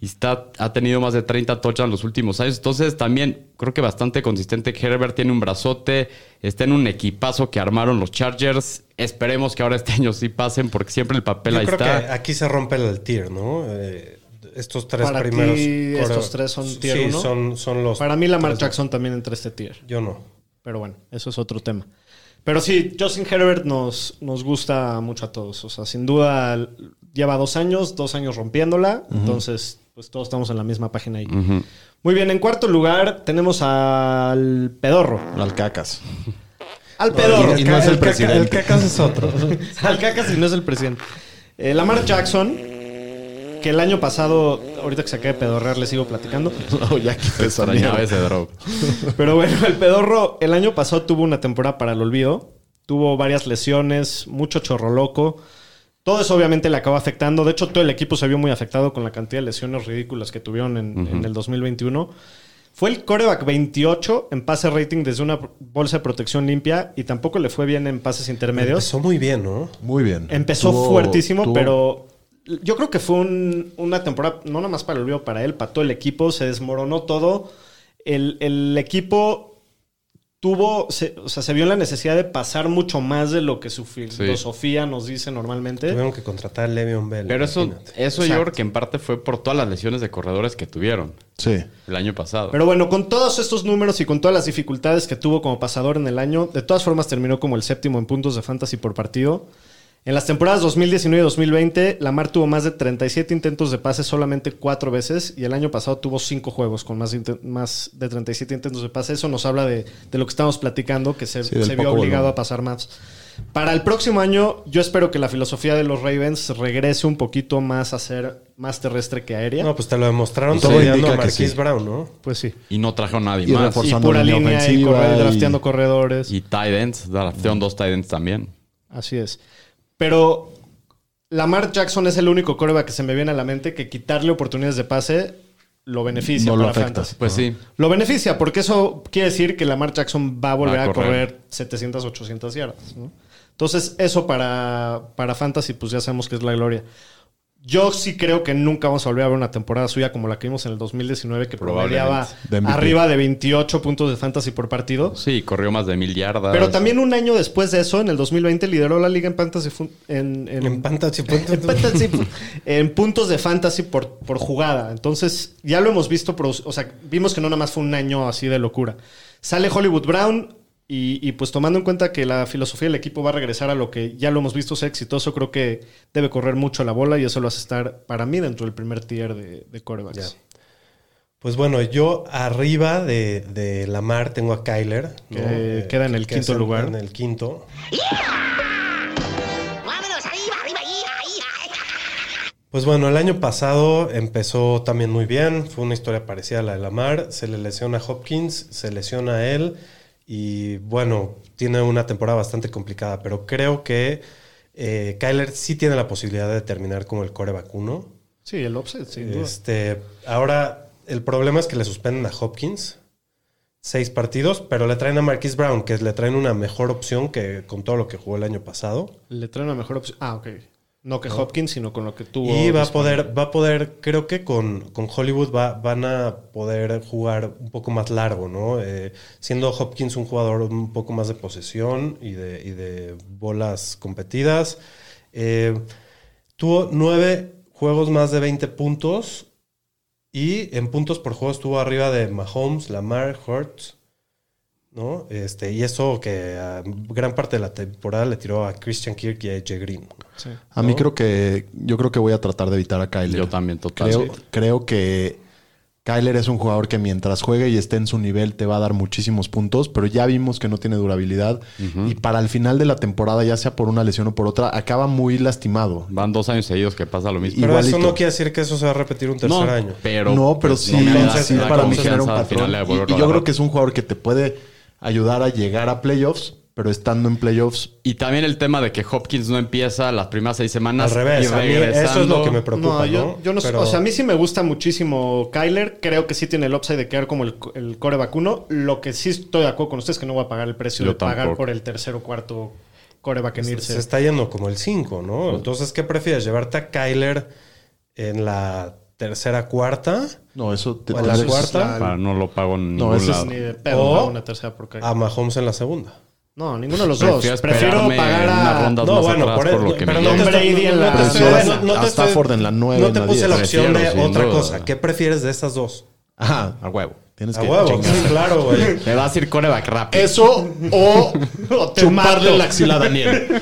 S6: y está, ha tenido más de 30 touchdowns los últimos años. Entonces también creo que bastante consistente. Herbert tiene un brazote, está en un equipazo que armaron los Chargers. Esperemos que ahora este año sí pasen porque siempre el papel
S3: Yo
S6: ahí
S3: creo
S6: está.
S3: que aquí se rompe el tier, ¿no? Eh, estos tres
S2: Para ti,
S3: primeros.
S2: estos
S3: corebacks.
S2: tres son tier
S3: sí,
S2: uno.
S3: Son, son los.
S2: Para mí, Lamar
S3: tres-
S2: Jackson también entra a este tier.
S3: Yo no.
S2: Pero bueno, eso es otro tema. Pero sí, Justin Herbert nos, nos gusta mucho a todos. O sea, sin duda l- lleva dos años, dos años rompiéndola. Entonces, pues todos estamos en la misma página ahí. Muy bien, en cuarto lugar tenemos al Pedorro.
S4: Al cacas.
S2: Al Pedorro.
S4: y- y no es el
S3: caca-
S4: presidente.
S3: El cacas es otro.
S2: Al caca si no es el presidente. Eh, Lamar Jackson, que el año pasado, ahorita que se acabe de pedorrear, le sigo platicando.
S4: No, ya que esa
S6: Extrañaba
S4: mierda.
S6: ese drop.
S2: Pero bueno, el pedorro el año pasado tuvo una temporada para el olvido. Tuvo varias lesiones, mucho chorro loco. Todo eso obviamente le acabó afectando. De hecho, todo el equipo se vio muy afectado con la cantidad de lesiones ridículas que tuvieron en, en el 2021. Fue el coreback 28 en pase rating desde una bolsa de protección limpia y tampoco le fue bien en pases intermedios.
S3: Empezó muy bien, ¿no?
S4: Muy bien.
S2: Empezó
S4: Tuvo-
S2: fuertísimo,
S4: tuvo-
S2: pero yo creo que fue un- una temporada, no nada más para el olvido, para él, para todo el equipo, se desmoronó todo. El, el equipo tuvo, se- o sea, se vio en la necesidad de pasar mucho más de lo que su filosofía nos dice normalmente.
S3: Tuvieron que contratar a Le'Veon Bell.
S6: Pero eso,
S3: imagínate.
S6: eso yo creo que en parte fue por todas las lesiones de corredores que tuvieron
S4: Sí.
S6: el año pasado.
S2: Pero bueno, con todos estos números y con todas las dificultades que tuvo como pasador en el año, de todas formas terminó como el séptimo en puntos de fantasy por partido. En las temporadas 2019 y 2020, Lamar tuvo más de 37 intentos de pase solamente cuatro veces y el año pasado tuvo cinco juegos con más, de inten- más de 37 intentos de pase. Eso nos habla de, de lo que estamos platicando, que se,
S4: Sí, del
S2: se vio
S4: poco
S2: obligado
S4: volumen.
S2: a pasar más. Para el próximo año, yo espero que la filosofía de los Ravens regrese un poquito más a ser más terrestre que aérea.
S3: No, pues te lo demostraron
S4: Todo
S3: todo a
S4: indica que
S3: Marquise
S4: sí.
S3: Brown, ¿no?
S2: pues sí.
S6: y no trajo a nadie
S4: Y
S6: más.
S4: reforzó-
S2: Y
S4: Forzando
S2: pura
S4: línea
S2: línea y,
S4: ofensiva
S2: corre-
S4: y-
S2: drafteando corredores.
S6: Y tight ends, draftearon dos tight ends también.
S2: Así es. Pero Lamar Jackson es el único coreback que se me viene a la mente que quitarle oportunidades de pase lo beneficia
S4: No lo
S2: para
S4: afecta.
S2: fantasy.
S6: Pues sí.
S2: Lo beneficia porque eso quiere decir que Lamar Jackson va a volver
S6: Va a
S2: a correr,
S6: correr.
S2: 700, 800 yardas. ¿no? Entonces, eso para, para Fantasy, pues ya sabemos que es la gloria. Yo sí creo que nunca vamos a volver a ver una temporada suya como la que vimos en el 2019, que promediaba
S6: Probablemente.
S4: De MVP.
S2: arriba de 28 puntos de Fantasy por partido.
S6: Sí, corrió más de mil yardas.
S3: Ah,
S2: Pero también un año después de eso, en el 2020, lideró la liga en fantasy fun- en, en-
S3: En Fantasy.
S2: en fantasy fu- en puntos de fantasy por, por jugada. Entonces, ya lo hemos visto, produ- o sea, vimos que no nada más fue un año así de locura. Sale Hollywood Brown y, y, pues tomando en cuenta que la filosofía del equipo va a regresar a lo que ya lo hemos visto ser exitoso, creo que debe correr mucho la bola y eso lo hace estar para mí dentro del primer tier de, de
S3: Ya.
S2: corebacks.
S3: Pues bueno, yo arriba de, de Lamar tengo a Kyler. ¿no?
S2: Que
S3: Eh,
S2: queda en el quinto
S3: es
S2: lugar.
S3: En el quinto.
S7: Vámonos, arriba, arriba, ahí, ahí.
S3: Pues bueno, el año pasado empezó también muy bien, fue una historia parecida a la de Lamar, se le lesiona Hopkins, se lesiona a él y bueno, tiene una temporada bastante complicada, pero creo que eh, Kyler sí tiene la posibilidad de terminar como el core vacuno.
S2: Sí, el offset, sin duda.
S3: Este, ahora, el problema es que le suspenden a Hopkins seis partidos, pero le traen a Marquise Brown, que le traen una mejor opción que con todo lo que jugó el año pasado.
S2: Le trae una mejor opción. Ah, ok. No que Hopkins, sino con lo que tuvo.
S3: Y va a
S2: disponible.
S3: poder, va a poder, creo que con, con Hollywood va- van a poder jugar un poco más largo, ¿no? Eh, siendo Hopkins un jugador un poco más de posesión y de, y de bolas competidas. Eh, tuvo nueve juegos más de 20 puntos y en puntos por juego estuvo arriba de Mahomes, Lamar, Hurts, ¿no? Este, y eso que a gran parte de la temporada le tiró a Christian Kirk y a AJ Green.
S2: Sí.
S4: A mí creo que yo creo que voy a tratar de evitar a Kyler.
S6: Yo también, total.
S4: Creo, creo que Kyler es un jugador que mientras juegue y esté en su nivel te va a dar muchísimos puntos, pero ya vimos que no tiene durabilidad y para el final de la temporada, ya sea por una lesión o por otra, acaba muy lastimado.
S6: Van dos años seguidos que pasa lo mismo.
S3: Pero
S4: Igualito.
S3: eso no quiere decir que eso se va a repetir un tercer año.
S6: Pero,
S4: no, pero
S6: pues,
S4: sí,
S6: me da
S4: sí,
S6: la
S4: para mí
S6: confianza
S4: genera un
S6: al
S4: patrón.
S6: final de
S4: Y- y
S6: volverlo a
S4: yo creo
S6: agarrar.
S4: que es un jugador que te puede ayudar a llegar a playoffs, pero estando en playoffs
S6: Y también el tema de que Hopkins no empieza las primeras seis semanas.
S3: Al revés,
S6: y
S3: a mí eso es lo que me
S6: regresando.
S3: preocupa. No,
S2: no, yo, yo no sé.
S3: Pero-
S2: O sea, a mí sí me gusta muchísimo Kyler. Creo que sí tiene el upside de quedar como el, el core vacuno. Lo que sí estoy de acuerdo con ustedes es que no voy a pagar el precio
S6: Yo
S2: de pagar
S6: tampoco.
S2: por el tercer o cuarto coreback en
S3: se, se
S2: irse.
S3: está yendo como el 5, ¿no? Entonces, ¿qué prefieres? ¿Llevarte a Kyler en la tercera cuarta?
S4: No, eso te
S3: ¿O en la
S4: tendría que-
S3: cuarta?
S6: Para no lo pago en
S4: No,
S6: ningún
S4: eso es
S6: lado.
S2: Ni de pedo,
S3: O- Ah.
S2: ¿no? una tercera por Kyler.
S3: A Mahomes en la segunda.
S2: No, ninguno de los dos.
S6: Prefiero
S2: Prefiero
S6: esperarme
S2: pagar
S6: una
S2: a.
S6: ronda. Estás
S3: No,
S6: más
S3: bueno,
S6: atrás
S3: por,
S6: por
S3: el-
S6: lo que
S3: pero
S6: me
S3: no te
S6: dices.
S3: estoy-
S2: Brady en
S3: no
S2: la-
S3: te
S4: Pero
S3: estoy-
S4: si ahora
S3: no- no
S4: a
S3: te estoy-
S4: Stafford en la nueve,
S3: No te
S4: en la
S3: puse
S4: diez.
S3: la opción de
S6: Prefiero, sin
S3: otra
S6: duda.
S3: cosa. ¿Qué prefieres de esas dos?
S4: Ajá, a huevo. Tienes
S3: A
S4: que
S3: huevo,
S4: chingar.
S3: sí, claro, güey.
S6: Me va a decir coreback rápido.
S4: Eso
S2: O
S4: o
S2: te mato.
S4: chuparle la axila a Daniel.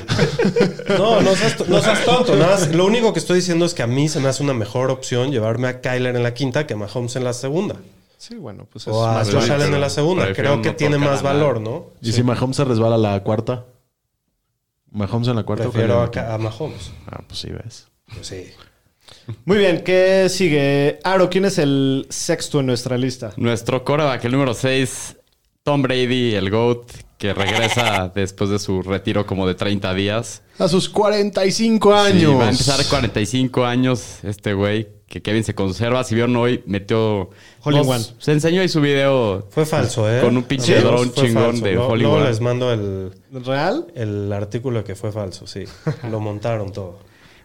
S3: No, no seas, to- no seas tonto. Nada más, lo único que estoy diciendo es que a mí se me hace una mejor opción llevarme a Kyler en la quinta que a Mahomes en la segunda.
S2: Sí, bueno, pues es
S3: O a
S2: más
S3: Josh
S6: lógico.
S3: Allen en la segunda.
S6: Prefiero
S3: Creo que
S6: no
S3: tiene
S6: tocar
S3: más
S6: a nadie.
S3: valor, ¿no?
S4: ¿Y si Mahomes se resbala la cuarta? ¿Mahomes en la cuarta? o
S3: Prefiero a,
S4: Kyler en la
S3: Ca- a Mahomes.
S4: quinta? Ah, pues sí, ves.
S3: Pues sí.
S2: Muy bien, ¿qué sigue? Aro, ¿quién es el sexto en nuestra lista?
S6: Nuestro coreback, el número 6, Tom Brady, el GOAT, que regresa después de su retiro como de 30 días.
S4: A sus 45
S6: Sí,
S4: años.
S6: va a empezar 45 años este güey, que Kevin se conserva. Si vieron hoy, metió...
S2: Hole in
S6: nos-
S2: one.
S6: Se enseñó ahí su video.
S3: Fue falso, ¿eh?
S6: Con un pinche
S3: Amigos,
S6: dron
S3: fue
S6: chingón de
S3: Luego-
S6: Hollywood.
S3: luego les mando el,
S2: ¿Real?
S3: el artículo que fue falso, sí. Lo montaron todo.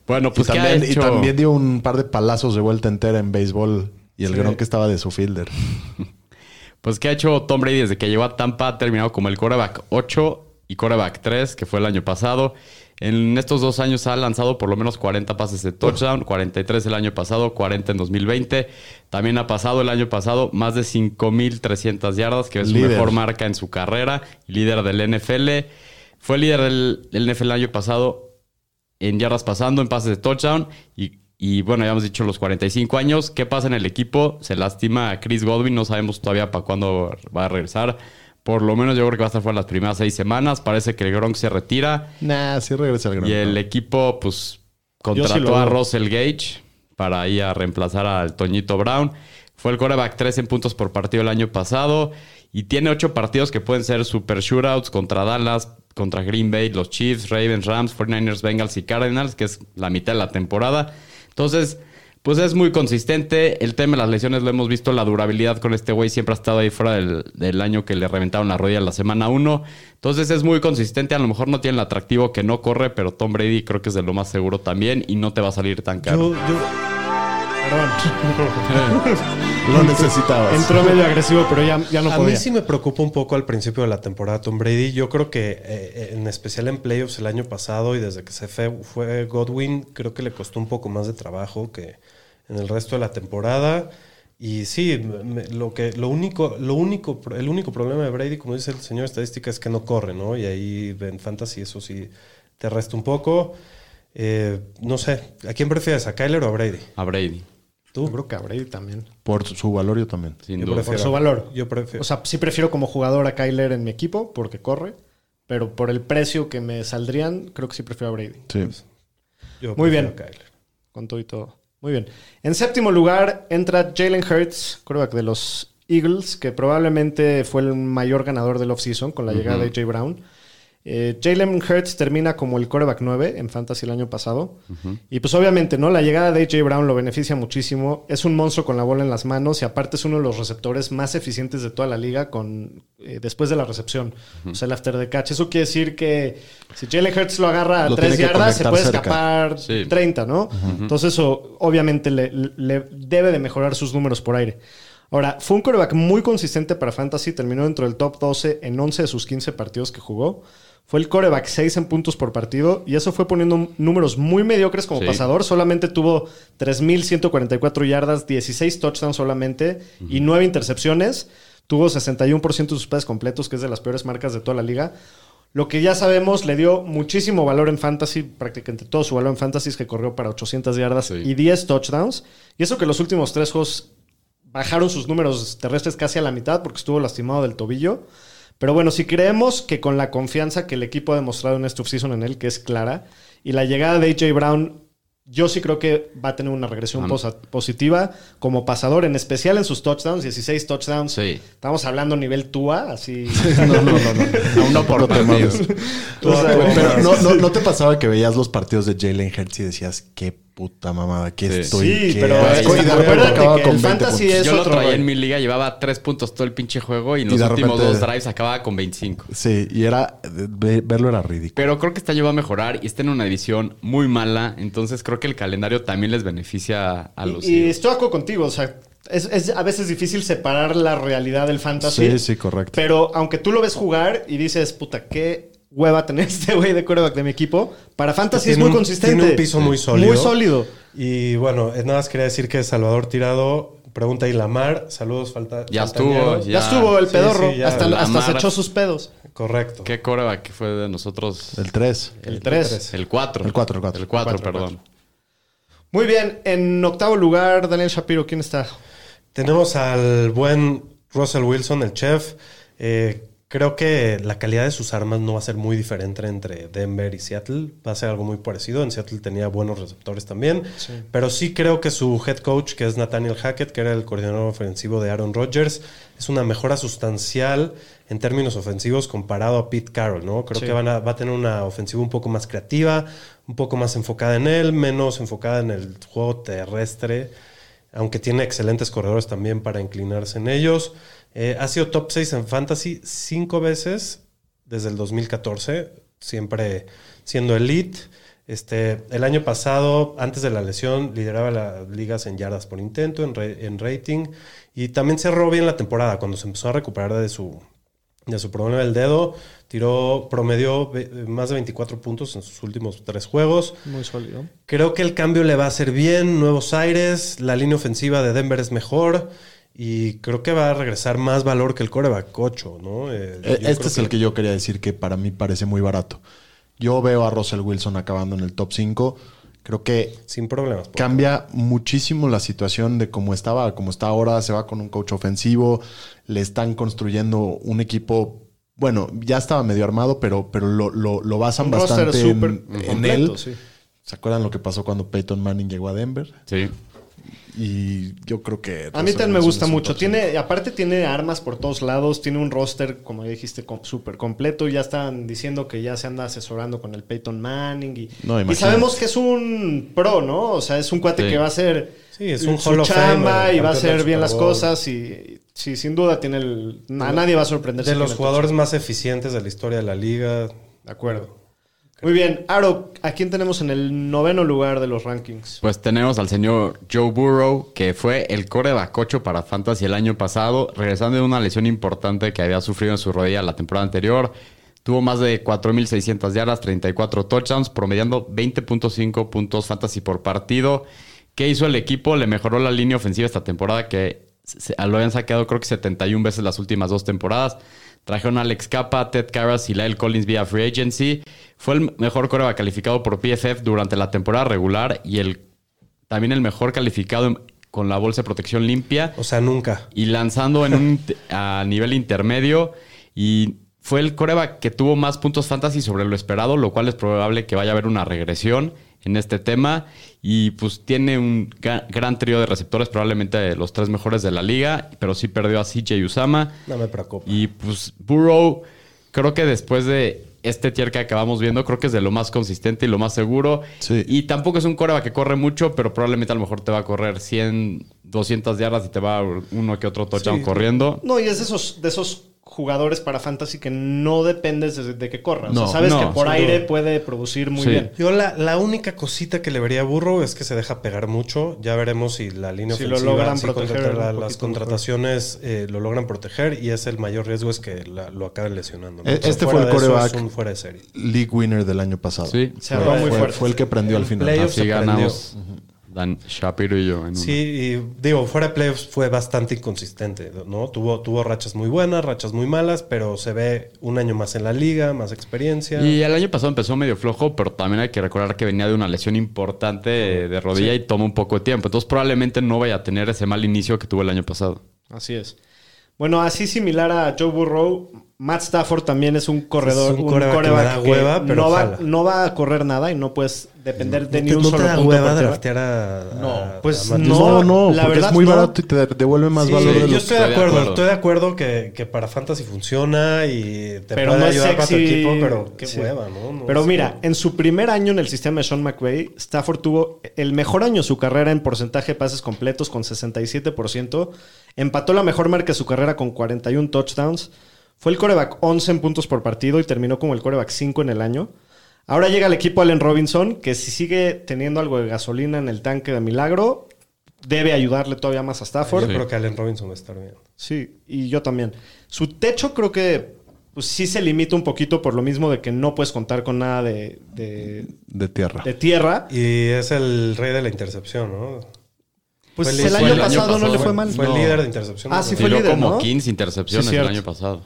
S6: Bueno, pues
S4: y,
S6: ¿qué ha
S4: también, y
S6: hecho?
S4: también dio un par de palazos de vuelta entera en béisbol. Y el gran que estaba de su fielder.
S6: Pues ¿qué ha hecho Tom Brady desde que llegó a Tampa? Ha terminado como el coreback 8 y coreback 3, que fue el año pasado. En estos dos años ha lanzado por lo menos 40 pases de touchdown, 43 el año pasado, 40 en 2020. También ha pasado el año pasado más de 5.300 yardas, que es su
S4: Líder.
S6: mejor marca en su carrera, líder del NFL. Fue líder del, del NFL el año pasado en yardas pasando, en pases de touchdown y, y, bueno, ya hemos dicho los 45 años. ¿Qué pasa en el equipo? Se lastima a Chris Godwin, no sabemos todavía para cuándo va a regresar. Por lo menos yo creo que va a estar fuera las primeras seis semanas. Parece que el Gronk se retira
S4: Nah, sí regresa el gran.
S6: y el equipo pues contrató
S2: Yo sí lo
S6: a
S2: veo.
S6: Russell Gage para ir a reemplazar al Toñito Brown. Fue el coreback 3 en puntos por partido el año pasado y tiene ocho partidos que pueden ser super shootouts contra Dallas, contra Green Bay, los Chiefs, Ravens, Rams, 49ers, Bengals y Cardinals, que es la mitad de la temporada. Entonces, pues es muy consistente. El tema de las lesiones lo hemos visto, la durabilidad con este güey siempre ha estado ahí fuera del, del año que le reventaron la rodilla la semana 1. Entonces es muy consistente, a lo mejor no tiene el atractivo que no corre, pero Tom Brady creo que es de lo más seguro también y no te va a salir tan caro.
S3: Yo- yo-
S4: Lo necesitabas.
S2: Entró medio agresivo, pero ya, ya no
S3: a
S2: podía.
S3: mí sí me preocupa un poco al principio de la temporada Tom Brady. Yo creo que eh, eh, en especial en playoffs el año pasado y desde que se fue, fue Godwin, creo que le costó un poco más de trabajo que en el resto de la temporada. Y sí, me- me- lo que lo único lo único pro- el único problema de Brady, como dice el señor estadística, es que no corre, ¿no? Y ahí en fantasy eso sí te resta un poco. Eh, no sé, ¿a quién prefieres? ¿A Kyler o a Brady?
S6: A Brady,
S3: Tú.
S2: Creo que a Brady Uh, también.
S4: Por su valorio también.
S6: sin
S3: Yo
S6: duda.
S3: prefiero-
S2: Por su valor.
S3: Yo prefiero.
S2: O sea, sí prefiero como jugador a Kyler en mi equipo porque corre, pero por el precio que me saldrían, creo que sí prefiero a Brady.
S4: Sí.
S6: Pues,
S3: yo
S2: muy
S3: prefiero
S2: bien.
S3: a Kyler.
S2: Con todo y todo. Muy bien. En séptimo lugar entra Jalen Hurts, quarterback de los Eagles, que probablemente fue el mayor ganador del offseason con la llegada de Jay Brown. Eh, Jalen Hurts termina como el coreback 9 en Fantasy el año pasado. Y pues obviamente, ¿no? La llegada de AJ Brown lo beneficia muchísimo. Es un monstruo con la bola en las manos y aparte es uno de los receptores más eficientes de toda la liga con, eh, después de la recepción. O sea, el after the catch. Eso quiere decir que si Jalen Hurts lo agarra a
S4: Lo
S2: 3
S4: tiene que
S2: yardas, se
S4: conectar
S2: puede
S4: cerca.
S2: escapar par
S6: Sí.
S2: 30, ¿no? Entonces, eso obviamente le, le debe de mejorar sus números por aire. Ahora, fue un quarterback muy consistente para Fantasy, terminó dentro del top 12 en 11 de sus 15 partidos que jugó. Fue el coreback 6 en puntos por partido y eso fue poniendo números muy mediocres como
S6: Sí.
S2: pasador. Solamente tuvo 3.144 yardas, 16 touchdowns solamente y 9 intercepciones. Tuvo 61% de sus pases completos, que es de las peores marcas de toda la liga. Lo que ya sabemos, le dio muchísimo valor en fantasy, prácticamente todo su valor en fantasy es que corrió para 800 yardas
S6: Sí.
S2: y 10 touchdowns. Y eso que los últimos tres juegos bajaron sus números terrestres casi a la mitad porque estuvo lastimado del tobillo. Pero bueno, si creemos que con la confianza que el equipo ha demostrado en este offseason en él, que es clara, y la llegada de AJ Brown, yo sí creo que va a tener una regresión
S6: Am-
S2: posa- positiva como pasador, en especial en sus touchdowns, 16 touchdowns.
S6: Sí.
S2: Estamos hablando nivel Tua, así.
S4: No, no, no. no.
S6: uno por
S4: No te
S6: partido.
S4: mames.
S2: O sea,
S4: Pero no, no, no te pasaba que veías los partidos de Jalen Hurts y decías, qué puta mamada, que
S6: Sí.
S4: estoy.
S2: Sí,
S4: qué
S2: pero
S4: asco",
S2: es-
S4: y de repente
S2: acuérdate
S4: acababa
S2: que
S4: con
S2: el
S4: 20
S2: fantasy
S4: puntos.
S2: es
S6: Yo lo
S2: otro
S6: traía en
S2: rollo.
S6: mi liga, llevaba tres puntos todo el pinche juego y en
S4: Y
S6: los
S4: de
S6: últimos
S4: repente-
S6: dos drives acababa con 25.
S4: Sí, y era. ve- verlo era ridículo.
S6: Pero creo que este año va a mejorar y está en una división muy mala, entonces creo que el calendario también les beneficia a los
S2: Y, y
S6: Eagles.
S2: estoy de acuerdo contigo, o sea, es, es a veces difícil separar la realidad del fantasy.
S4: Sí, sí, correcto.
S2: Pero aunque tú lo ves jugar y dices, puta, qué hueva tener este güey de quarterback de mi equipo, para fantasy es
S3: Tiene
S2: muy
S3: un-
S2: consistente.
S3: Tiene un piso muy sólido.
S2: Muy sólido.
S4: Oh,
S3: Y bueno, eh, nada más quería decir que Salvador Tirado pregunta y Lamar. Saludos, falta.
S6: Ya
S3: faltañeros.
S6: estuvo,
S2: Ya, estuvo el
S3: Sí,
S2: pedorro,
S3: sí, ya.
S2: hasta,
S6: La
S2: hasta se
S6: mar-
S2: echó sus pedos.
S3: Correcto.
S6: ¿Qué coreback que fue de nosotros?
S4: El 3.
S2: El 3.
S3: tres.
S6: El 4.
S4: El cuatro, el cuatro.
S6: El 4,
S2: Cuatro,
S6: perdón.
S2: Muy bien, en octavo lugar, Daniel Shapiro, ¿quién está?
S3: Tenemos al buen Russell Wilson, el chef. Eh, creo que la calidad de sus armas no va a ser muy diferente entre Denver y Seattle. Va a ser algo muy parecido. En Seattle tenía buenos receptores también. Pero sí creo que su head coach, que es Nathaniel Hackett, que era el coordinador ofensivo de Aaron Rodgers, es una mejora sustancial en términos ofensivos comparado a Pete Carroll, ¿no? Creo
S2: Sí.
S3: que van a- va a tener una ofensiva un poco más creativa, un poco más enfocada en él, menos enfocada en el juego terrestre aunque tiene excelentes corredores también para inclinarse en ellos. Eh, ha sido top 6 en fantasy cinco veces desde el 2014, siempre siendo elite. Este, el año pasado, antes de la lesión, lideraba las ligas en yardas por intento, en, ra- en rating, y también cerró bien la temporada cuando se empezó a recuperar de su, de su problema del dedo. Tiró, promedió ve- más de 24 puntos en sus últimos tres juegos.
S2: Muy sólido.
S3: Creo que el cambio le va a hacer bien, nuevos aires, la línea ofensiva de Denver es mejor y creo que va a regresar más valor que el coreback 8, ¿no? Eh, yo
S4: Eh,
S3: creo
S4: Este es el que yo quería decir que para mí parece muy barato. Yo veo a Russell Wilson acabando en el top 5. Creo que
S3: Sin problemas. pues. por-
S4: cambia muchísimo la situación de cómo estaba, a cómo está ahora, se va con un coach ofensivo, le están construyendo un equipo, bueno, ya estaba medio armado, pero, pero lo, lo, lo basan
S2: Un roster
S4: bastante
S2: súper
S4: en, en
S2: completo,
S4: él.
S2: sí.
S4: ¿Se acuerdan lo que pasó cuando Peyton Manning llegó a Denver?
S6: Sí.
S4: Y yo creo que...
S2: A mí también me
S4: Russell
S2: gusta
S4: Wilson es un
S2: mucho.
S4: top cinco.
S2: Tiene, aparte tiene armas por todos lados, tiene un roster, como ya dijiste, com- súper completo. Ya están diciendo que ya se anda asesorando con el Peyton Manning. Y,
S4: No,
S2: y
S4: imagínate.
S2: sabemos que es un pro, ¿no? O sea, es un cuate
S6: Sí.
S2: que va a hacer
S3: Sí, es un
S2: su
S3: Hall of
S2: chamba y
S3: Famer,
S2: va a
S3: campeón
S2: hacer
S3: del
S2: bien
S3: Super
S2: las
S3: Bowl.
S2: cosas. Y, y sí, sin duda tiene el... A nadie va a sorprenderse.
S3: de
S2: con
S3: los
S2: el-
S3: jugadores más eficientes de la historia de la liga.
S2: De acuerdo. Muy bien. Aro, ¿a quién tenemos en el noveno lugar de los rankings?
S6: Pues tenemos al señor Joe Burrow, que fue el coreback 8 para Fantasy el año pasado, regresando de una lesión importante que había sufrido en su rodilla la temporada anterior. Tuvo más de 4.600 yardas, 34 touchdowns, promediando 20.5 puntos fantasy por partido. ¿Qué hizo el equipo? Le mejoró la línea ofensiva esta temporada, que se- lo habían saqueado creo que 71 veces las últimas dos temporadas. Trajeron a Alex Capa, Ted Carras y Lyle Collins vía Free Agency. Fue el mejor coreback calificado por PFF durante la temporada regular y el, también el mejor calificado en- con la bolsa de protección limpia
S3: O sea, nunca.
S6: y lanzando en un, int- a nivel intermedio y fue el coreback que tuvo más puntos fantasy sobre lo esperado, lo cual es probable que vaya a haber una regresión en este tema y pues tiene un ga- gran trío de receptores, probablemente los tres mejores de la liga, pero sí perdió a CJ Usama
S3: No me preocupa.
S6: y pues Burrow creo que después de este tier que acabamos viendo, creo que es de lo más consistente y lo más seguro.
S4: Sí.
S6: Y tampoco es un coreback que corre mucho, pero probablemente a lo mejor te va a correr 100, 200 yardas y te va a uno que otro touchdown corriendo.
S2: No, y es de esos, de esos jugadores para fantasy que no dependes de, de que corra. O sea,
S4: No,
S2: sabes
S6: no,
S2: que por
S6: sin
S2: aire puede producir muy
S6: Sí.
S2: bien.
S3: Yo la, la única cosita que le vería a Burro es que se deja pegar mucho. Ya veremos si la línea
S2: Si lo
S3: ofensiva,
S2: logran
S3: si
S2: proteger
S3: contratar
S2: un
S3: la-
S2: poquito
S3: las contrataciones eh, lo logran proteger y es el mayor riesgo es que la- lo acaben lesionando. ¿no?
S4: E-
S3: O sea,
S4: este
S3: fuera
S4: fue
S3: de
S4: el
S3: eso,
S4: coreback.
S3: es un fuera de serie.
S4: League winner del año pasado.
S6: Sí.
S2: Se armó muy
S4: Fue,
S2: fuerte.
S4: fue el que prendió
S3: En
S4: al final.
S3: playoffs
S6: Así
S3: se
S6: ganamos Dan Shapiro y yo. en una.
S3: Sí, y digo, fuera de playoffs fue bastante inconsistente, ¿no? Tuvo, tuvo rachas muy buenas, rachas muy malas, pero se ve un año más en la liga, más experiencia.
S6: Y el año pasado empezó medio flojo, pero también hay que recordar que venía de una lesión importante eh, de rodilla y toma un poco de tiempo. Entonces probablemente no vaya a tener ese mal inicio que tuvo el año pasado.
S2: Así es. Bueno, así similar a Joe Burrow, Matt Stafford también es un corredor,
S3: Es un coreback que me da hueva, pero
S2: no, va,
S3: jala.
S2: no va a correr nada y no puedes depender de
S3: ¿No
S2: ni
S3: te-
S2: un
S3: no te
S2: solo
S3: da
S2: punto
S3: hueva
S2: por tierra.
S3: draftear a, a-
S2: No, pues
S3: a Matthews?
S2: no,
S4: No, no,
S2: la
S4: porque
S2: verdad
S4: es muy
S2: no.
S4: barato y te devuelve más
S3: Sí,
S4: valor de
S3: yo
S4: los
S3: estoy de
S6: Estoy de
S3: acuerdo,
S6: acuerdo.
S3: estoy de acuerdo que, que para fantasy funciona y te
S2: Pero
S3: puede
S2: no es
S3: ayudar para tu
S2: sexy.
S3: equipo, pero qué
S2: Sí.
S3: hueva, ¿no? No
S2: Pero
S3: sé.
S2: mira, en su primer año en el sistema de Sean McVay, Stafford tuvo el mejor año de su carrera en porcentaje de pases completos con 67%. Empató la mejor marca de su carrera con 41 touchdowns. Fue el coreback 11 en puntos por partido y terminó como el coreback 5 en el año. Ahora llega el equipo Allen Robinson, que si sigue teniendo algo de gasolina en el tanque de milagro, debe ayudarle todavía más a
S3: yo
S2: Stafford.
S3: creo que Allen Robinson va a estar bien.
S2: Sí, y yo también. Su techo creo que pues, sí se limita un poquito por lo mismo de que no puedes contar con nada de, de-
S4: de tierra.
S2: de tierra.
S3: Y es el rey de la intercepción, ¿no?
S2: Pues
S3: Fue
S2: el, año pasado no le
S6: pasado,
S2: fue mal.
S3: Fue
S2: No.
S3: el líder de intercepción.
S2: Ah, sí fue
S6: Tiró
S2: líder,
S6: como
S2: ¿no?
S6: 15 intercepciones
S2: Sí,
S6: el
S2: cierto.
S6: año pasado.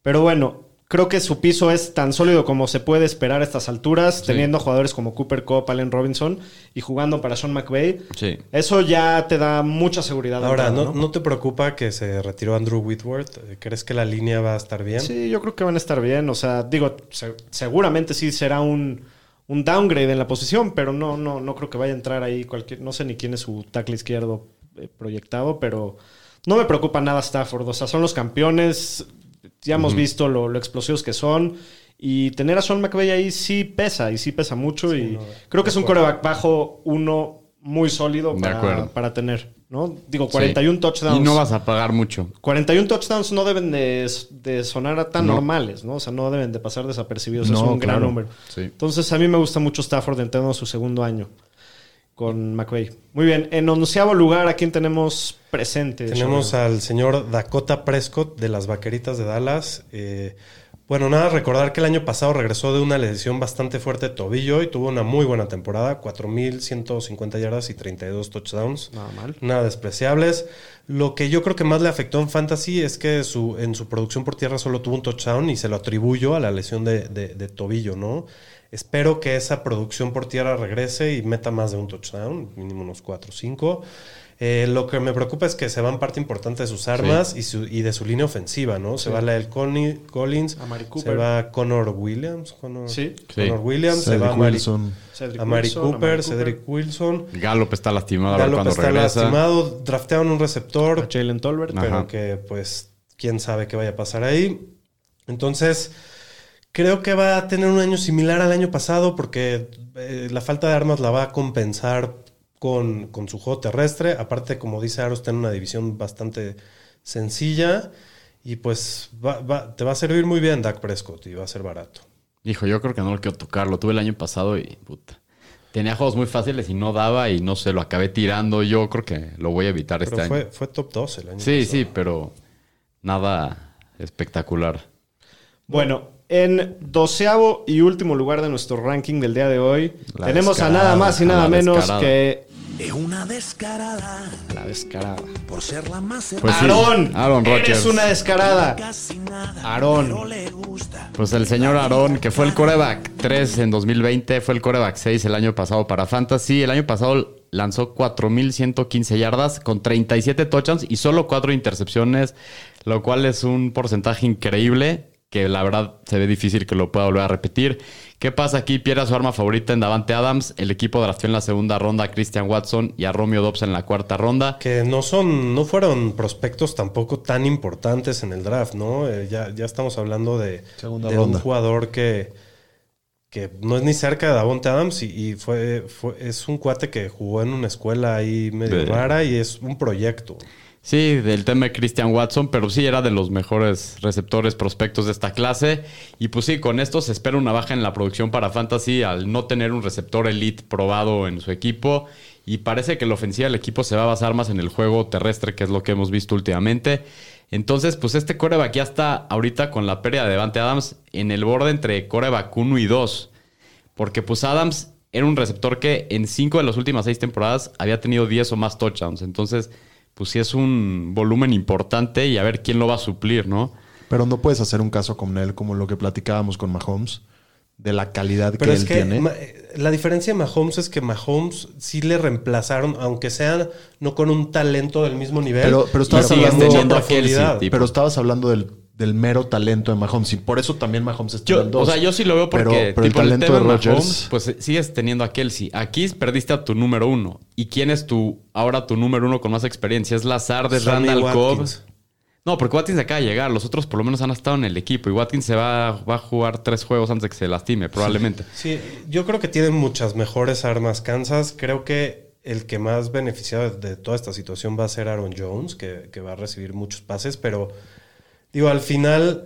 S2: Pero bueno, creo que su piso es tan sólido como se puede esperar a estas alturas, teniendo jugadores como Cooper Cup, Allen Robinson y jugando para Sean McVay.
S6: Sí.
S2: Eso ya te da mucha seguridad. de
S3: Ahora,
S2: entrada,
S3: ¿no, ¿no te preocupa que se retiró Andrew Whitworth? ¿Crees que la línea va a estar bien?
S2: Sí, yo creo que van a estar bien. O sea, digo, se- seguramente sí será un, un downgrade en la posición, pero no, no, no creo que vaya a entrar ahí cualquier. No sé ni quién es su tackle izquierdo eh, proyectado, pero no me preocupa nada Stafford. O sea, son los campeones. Ya hemos visto lo, lo explosivos que son. Y tener a Sean McVay ahí sí pesa, y sí pesa mucho. y creo que es un coreback bajo uno muy sólido
S6: De
S2: para,
S6: acuerdo.
S2: para tener, ¿no? Digo, 41
S6: Sí.
S2: touchdowns.
S6: Y no vas a pagar mucho.
S2: 41 touchdowns no deben de, de sonar a tan
S6: No.
S2: normales, ¿no? O sea, no deben de pasar desapercibidos. es
S4: No,
S2: un gran
S4: claro.
S2: número.
S6: Sí.
S2: Entonces, a mí me gusta mucho Stafford entrando a su segundo año con McVay. Muy bien. En onceavo lugar, ¿a quién tenemos presente?
S3: Tenemos
S2: Shadow?
S3: al señor Dakota Prescott de las Vaqueritas de Dallas. Eh, bueno, nada, recordar que el año pasado regresó de una lesión bastante fuerte de tobillo y tuvo una muy buena temporada, 4.150 yardas y 32 touchdowns.
S2: Nada mal.
S3: Nada despreciables. Lo que yo creo que más le afectó en Fantasy es que su, en su producción por tierra solo tuvo un touchdown y se lo atribuyo a la lesión de, de- de tobillo, ¿no? Espero que esa producción por tierra regrese y meta más de un touchdown, mínimo unos 4 o 5. lo que me preocupa es que se van parte importante de sus armas y, su- y de su línea ofensiva, ¿no? Se va Lael Coni- Collins,
S2: Amari
S3: se
S2: Cooper.
S3: va Connor Williams, Connor,
S2: Sí.
S6: Sí.
S3: Connor Williams, se
S4: Cedric
S3: va Amari,
S4: Wilson.
S2: Cedric
S3: Amari
S2: Wilson,
S3: Cooper,
S2: Amari
S3: Cedric Wilson.
S6: Gallup está lastimado ahora
S3: Gallup
S6: cuando
S3: está
S6: regresa.
S3: lastimado, draftearon un receptor,
S2: a Jalen Tolbert.
S6: Ajá.
S3: pero que pues quién sabe qué vaya a pasar ahí. Entonces, creo que va a tener un año similar al año pasado porque eh, la falta de armas la va a compensar con, con su juego terrestre. Aparte, como dice Aros, tiene una división bastante sencilla y pues va- va- te va a servir muy bien Dak Prescott y va a ser barato.
S6: Hijo, yo creo que no lo quiero tocar. Lo tuve el año pasado y puta. Tenía juegos muy fáciles y no daba y no sé, lo acabé tirando. Yo creo que lo voy a evitar
S3: Pero
S6: este
S3: fue,
S6: año.
S3: fue top 12 el año
S6: Sí,
S3: pasado.
S6: sí, pero nada espectacular.
S2: Bueno, en doceavo y último lugar de nuestro ranking del día de hoy,
S6: La
S2: tenemos a
S6: descarada,
S2: nada más y
S6: a
S2: nada
S6: la
S2: menos
S6: descarada.
S2: que
S9: Es una descarada
S2: la descarada.
S9: por ser la más
S6: Pues sí,
S2: Aarón,
S6: Aaron
S2: eres
S6: Rodgers.
S2: una descarada.
S9: casi nada.
S2: Aarón,
S9: le gusta.
S6: Pues el señor Aarón, que fue el coreback 3 en 2020, fue el coreback 6 el año pasado para Fantasy. El año pasado lanzó 4.115 yardas con 37 touchdowns y solo 4 intercepciones, lo cual es un porcentaje increíble que la verdad se ve difícil que lo pueda volver a repetir. ¿Qué pasa aquí? Pierde a su arma favorita en Davante Adams. El equipo drafteó en la segunda ronda a Christian Watson y a Romeo Dobbs en la cuarta ronda.
S3: Que no son, no fueron prospectos tampoco tan importantes en el draft, ¿no? Eh, ya, ya estamos hablando de,
S4: Segunda
S3: de
S4: ronda.
S3: un jugador que, que no es ni cerca de Davonte Adams y, y fue, fue, es un cuate que jugó en una escuela ahí medio
S6: De-
S3: rara y es un proyecto.
S6: Sí, del tema de Christian Watson, pero sí era de los mejores receptores prospectos de esta clase. Y pues sí, con esto se espera una baja en la producción para Fantasy al no tener un receptor elite probado en su equipo. Y parece que la ofensiva del equipo se va a basar más en el juego terrestre, que es lo que hemos visto últimamente. Entonces, pues este coreback ya está ahorita con la pérdida de Devante Adams en el borde entre coreback 1 y 2. Porque pues Adams era un receptor que en cinco de las últimas seis temporadas había tenido 10 o más touchdowns. Entonces, pues sí es un volumen importante y a ver quién lo va a suplir, ¿no?
S4: Pero no puedes hacer un caso con él como lo que platicábamos con Mahomes, de la calidad
S3: Pero
S4: que
S3: es
S4: él
S3: que
S4: tiene.
S3: ma- eh, la diferencia de Mahomes es que Mahomes sí le reemplazaron, aunque sea no con un talento del mismo nivel.
S4: Pero- pero estás
S3: sigues
S4: hablando-
S6: teniendo a Kelsey, tipo.
S4: Pero estabas hablando del, del mero talento de Mahomes y por eso también Mahomes está
S6: Yo,
S4: en el
S6: o
S4: dos.
S6: sea, yo sí lo veo porque
S4: Pero, pero el
S6: tipo,
S4: talento
S6: tema
S4: de
S6: de
S4: Rodgers.
S6: Mahomes, pues eh, sigues teniendo a Kelsey. Aquí perdiste a tu número uno. ¿Y quién es tu ahora tu número uno con más experiencia? Es Lazard, es
S3: Sammy
S6: Randall Cobb.
S3: Watkins.
S6: No, porque Watkins acaba de llegar. Los otros por lo menos han estado en el equipo. Y Watkins se va, va a jugar tres juegos antes de que se lastime, probablemente.
S3: Sí, yo creo que tienen muchas mejores armas Kansas. Creo que el que más beneficiado de toda esta situación va a ser Aaron Jones, que, que va a recibir muchos pases, pero digo, al final,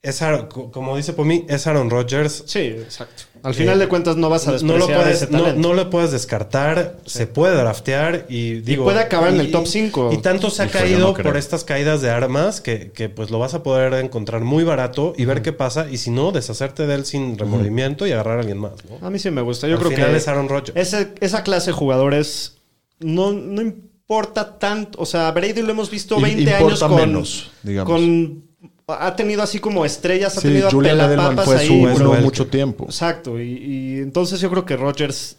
S3: es Aaron- co- como dice por mí, es Aaron Rodgers.
S2: Sí, exacto. Al final de cuentas no vas a
S3: Eh, No
S2: despreciar
S3: lo,
S2: ese
S3: puedes, no,
S2: talento.
S3: no lo puedes descartar, se puede draftear y digo...
S2: puede acabar en
S3: y-
S2: el top cinco.
S3: Y tanto se ha
S6: Hijo, yo
S3: caído
S6: no creo.
S3: por estas caídas de armas que, que, pues lo vas a poder encontrar muy barato y ver qué pasa y si no, deshacerte de él sin remordimiento y agarrar a alguien más. ¿no?
S2: A mí sí me gusta. Yo
S3: Al
S2: creo
S3: final
S2: que
S3: es Aaron Rodgers.
S2: ese- esa clase de jugadores no, no importa tanto. O sea, Brady lo hemos visto
S4: I-
S2: 20 años
S4: importa
S2: con,
S4: menos, digamos.
S2: con- Ha tenido así como estrellas, ha
S4: sí,
S2: tenido
S4: Julian Edelman
S2: pelapapas
S4: fue
S2: ahí.
S4: su uno
S3: Welker.
S4: mucho tiempo.
S2: Exacto. Y, y entonces yo creo que Rogers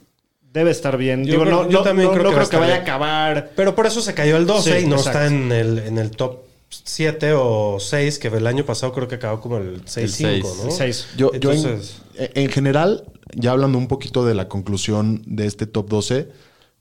S2: debe estar bien.
S3: Yo
S2: Digo,
S3: creo-
S2: no,
S3: yo
S2: no-
S3: también
S2: no-
S3: creo
S2: no
S3: que va a
S2: creo que
S3: estar
S2: vaya a
S3: bien.
S2: acabar.
S3: Pero por eso se cayó el 12
S2: Sí,
S3: y no
S2: exacto.
S3: está en el, en el top 7 o 6, que el año pasado creo que acabó como el
S6: seis.
S3: 6-5, ¿no?
S2: El seis.
S4: Yo, yo en-
S3: Entonces-
S4: en, general, ya hablando un poquito de la conclusión de este top 12,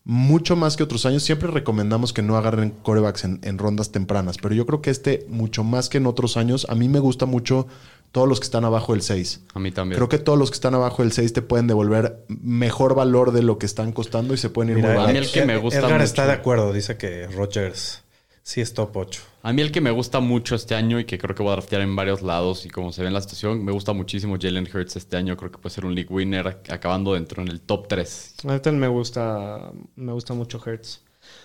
S4: mucho más que otros años. Siempre recomendamos que no agarren corebacks en, en rondas tempranas, pero yo creo que este, mucho más que en otros años, a mí me gusta mucho todos los que están abajo del 6.
S6: A mí también.
S4: Creo que todos los que están abajo del 6 te pueden devolver mejor valor de lo que están costando y se pueden ir
S3: Mira,
S4: muy
S6: a mí
S4: baratos.
S6: el que me gusta
S3: Edgar
S6: mucho.
S3: está de acuerdo, dice que Rogers sí es top 8.
S6: A mí el que me gusta mucho este año y que creo que voy a draftear en varios lados y como se ve en la situación, me gusta muchísimo Jalen Hurts este año. Creo que puede ser un league winner ac- acabando dentro en el top 3.
S2: Ahorita me gusta, me gusta mucho Hertz.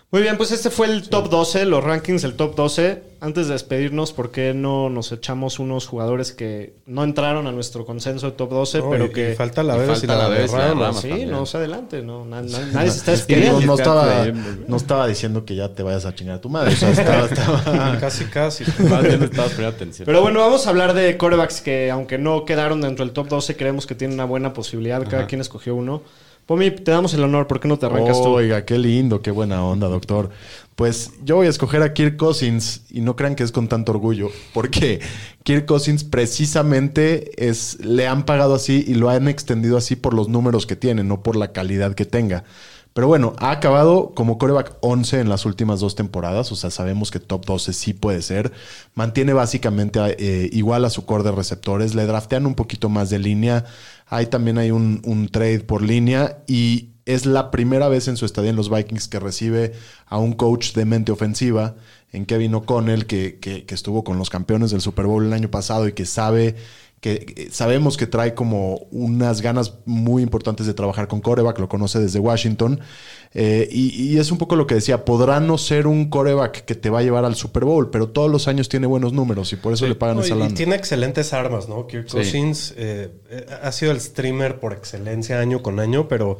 S2: Muy bien, pues este fue el top 12, los rankings del top 12. Antes de despedirnos, ¿por qué no nos echamos unos jugadores que no entraron a nuestro consenso de top 12,
S3: No,
S2: pero
S3: y- y
S2: que...
S3: falta la
S6: y
S3: vez
S6: falta
S3: y la,
S6: la
S3: de
S6: Vegas y la de
S3: Ramos.
S6: Ramos.
S2: Sí,
S6: también.
S2: no, se adelante, no, na- na- nadie se está
S4: Y no,
S2: despidiendo.
S4: no estaba,
S6: Increíble.
S4: no estaba diciendo que ya te vayas a chingar a tu madre. O sea, estaba- estaba-
S3: Casi, casi.
S6: Más bien estabas poniendo atención.
S2: Pero bueno, vamos a hablar de corebacks que, aunque no quedaron dentro del top 12, creemos que tienen una buena posibilidad. Cada quien escogió uno. Pomi, te damos el honor. ¿Por qué no te arrancas tú?
S4: Oiga, qué lindo, qué buena onda, doctor. Pues yo voy a escoger a Kirk Cousins y no crean que es con tanto orgullo, porque Kirk Cousins precisamente es, le han pagado así y lo han extendido así por los números que tiene, no por la calidad que tenga. Pero bueno, ha acabado como coreback 11 en las últimas dos temporadas, o sea, sabemos que top 12 sí puede ser. Mantiene básicamente eh, igual a su core de receptores, le draftean un poquito más de línea, ahí también hay un, un trade por línea y es la primera vez en su estadía en los Vikings que recibe a un coach de mente ofensiva, en Kevin O'Connell, que, que- que estuvo con los campeones del Super Bowl el año pasado y que sabe que que sabemos que trae como unas ganas muy importantes de trabajar con coreback, lo conoce desde Washington. Eh, y, y es un poco lo que decía, podrá no ser un coreback que te va a llevar al Super Bowl, pero todos los años tiene buenos números y por eso le pagan
S3: No,
S4: esa
S3: y- y
S4: lana.
S3: tiene excelentes armas, ¿no? Kirk
S6: Sí.
S3: Cousins eh, eh, ha sido el streamer por excelencia año con año, pero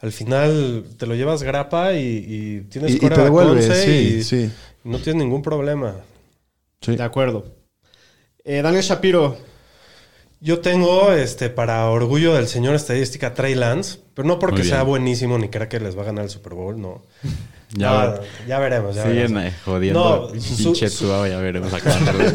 S3: al final te lo llevas grapa y, y tienes
S4: Y- y te
S3: coreback
S4: devuelve,
S3: 11
S4: sí,
S3: y
S4: sí.
S3: no tienes ningún problema.
S4: Sí.
S2: De acuerdo. Eh, Daniel Shapiro,
S3: Yo tengo, este, para orgullo del señor estadística, Trey Lance, pero no porque
S6: Muy bien.
S3: sea buenísimo ni crea que les va a ganar el Super Bowl, no.
S6: Ya
S3: No,
S6: ver-
S3: no, ya veremos. Ya
S6: Siguen
S3: veremos.
S6: eh, jodiendo.
S3: No, su-
S6: pinche
S3: su-
S6: Tua, ya veremos a cuánto le-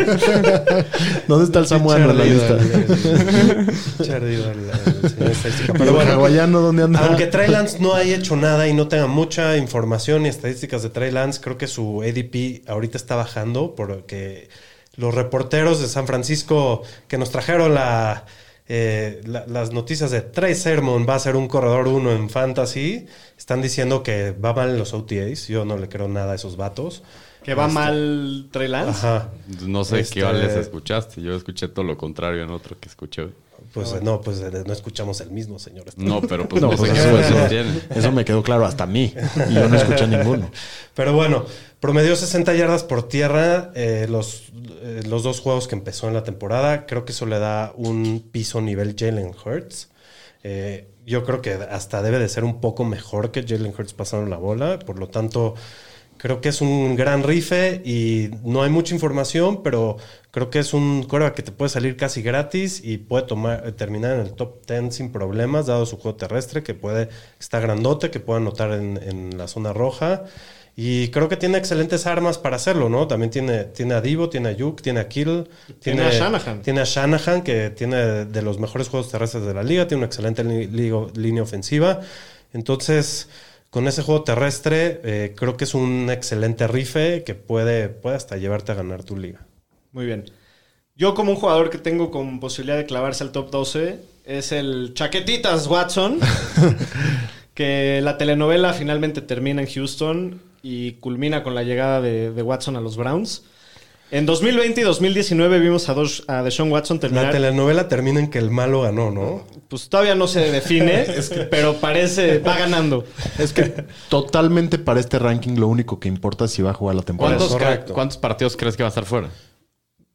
S4: ¿Dónde está el Samuel en la
S3: Pinche
S4: lista?
S3: ardido el- pinche ardido el- el señor estadística. Pero
S4: ¿Y el
S3: bueno,
S4: hawaiano dónde anda?
S3: Aunque Trey Lance no haya hecho nada y no tenga mucha información y estadísticas de Trey Lance, creo que su ADP ahorita está bajando porque los reporteros de San Francisco que nos trajeron la, eh, la- las noticias de Trey Sermon va a ser un corredor uno en Fantasy, están diciendo que va mal en los OTAs. Yo no le creo nada a esos vatos.
S2: que va mal Trey Lance.
S3: Ajá.
S6: No sé
S3: Este-
S6: qué vales escuchaste. Yo escuché todo lo contrario en otro que escuché.
S3: Pues eh, no, pues eh, no escuchamos el mismo, señor.
S6: No, pero pues
S4: No,
S6: no,
S4: pues
S6: sé qué
S4: eso-
S6: posición tiene.
S4: Eso me quedó claro hasta a mí. Y yo no escuché ninguno.
S3: Pero bueno, promedió 60 yardas por tierra eh, los, eh, los dos juegos que empezó en la temporada. Creo que eso le da un piso nivel Jalen Hurts. Eh, yo creo que hasta debe de ser un poco mejor que Jalen Hurts pasando la bola. Por lo tanto, creo que es un gran rife y no hay mucha información, pero creo que es un coreback que te puede salir casi gratis y puede tomar, eh, terminar en el top 10 sin problemas, dado su juego terrestre, que puede, está grandote, que puede anotar en, en la zona roja. Y creo que tiene excelentes armas para hacerlo, ¿no? También tiene, tiene a Divo, tiene a Yuk, tiene a Kittle.
S2: Tiene a Shanahan.
S3: Tiene a Shanahan, que tiene de los mejores juegos terrestres de la liga, tiene una excelente li- ligo- línea ofensiva. Entonces, con ese juego terrestre, eh, creo que es un excelente rife que puede, puede hasta llevarte a ganar tu liga.
S2: Muy bien. Yo como un jugador que tengo con posibilidad de clavarse al top 12 es el Chaquetitas Watson, que la telenovela finalmente termina en Houston y culmina con la llegada de, de Watson a los Browns. En 2020 y 2019 vimos a, dos, a Deshaun Watson
S3: La
S2: terminar.
S3: telenovela termina en que el malo ganó, ¿no?
S2: Pues todavía no se define, pero parece va ganando.
S4: Es que totalmente para este ranking lo único que importa es si va a jugar la temporada.
S6: ¿Cuántos, cre-
S3: correcto.
S6: ¿Cuántos partidos crees que va a estar fuera?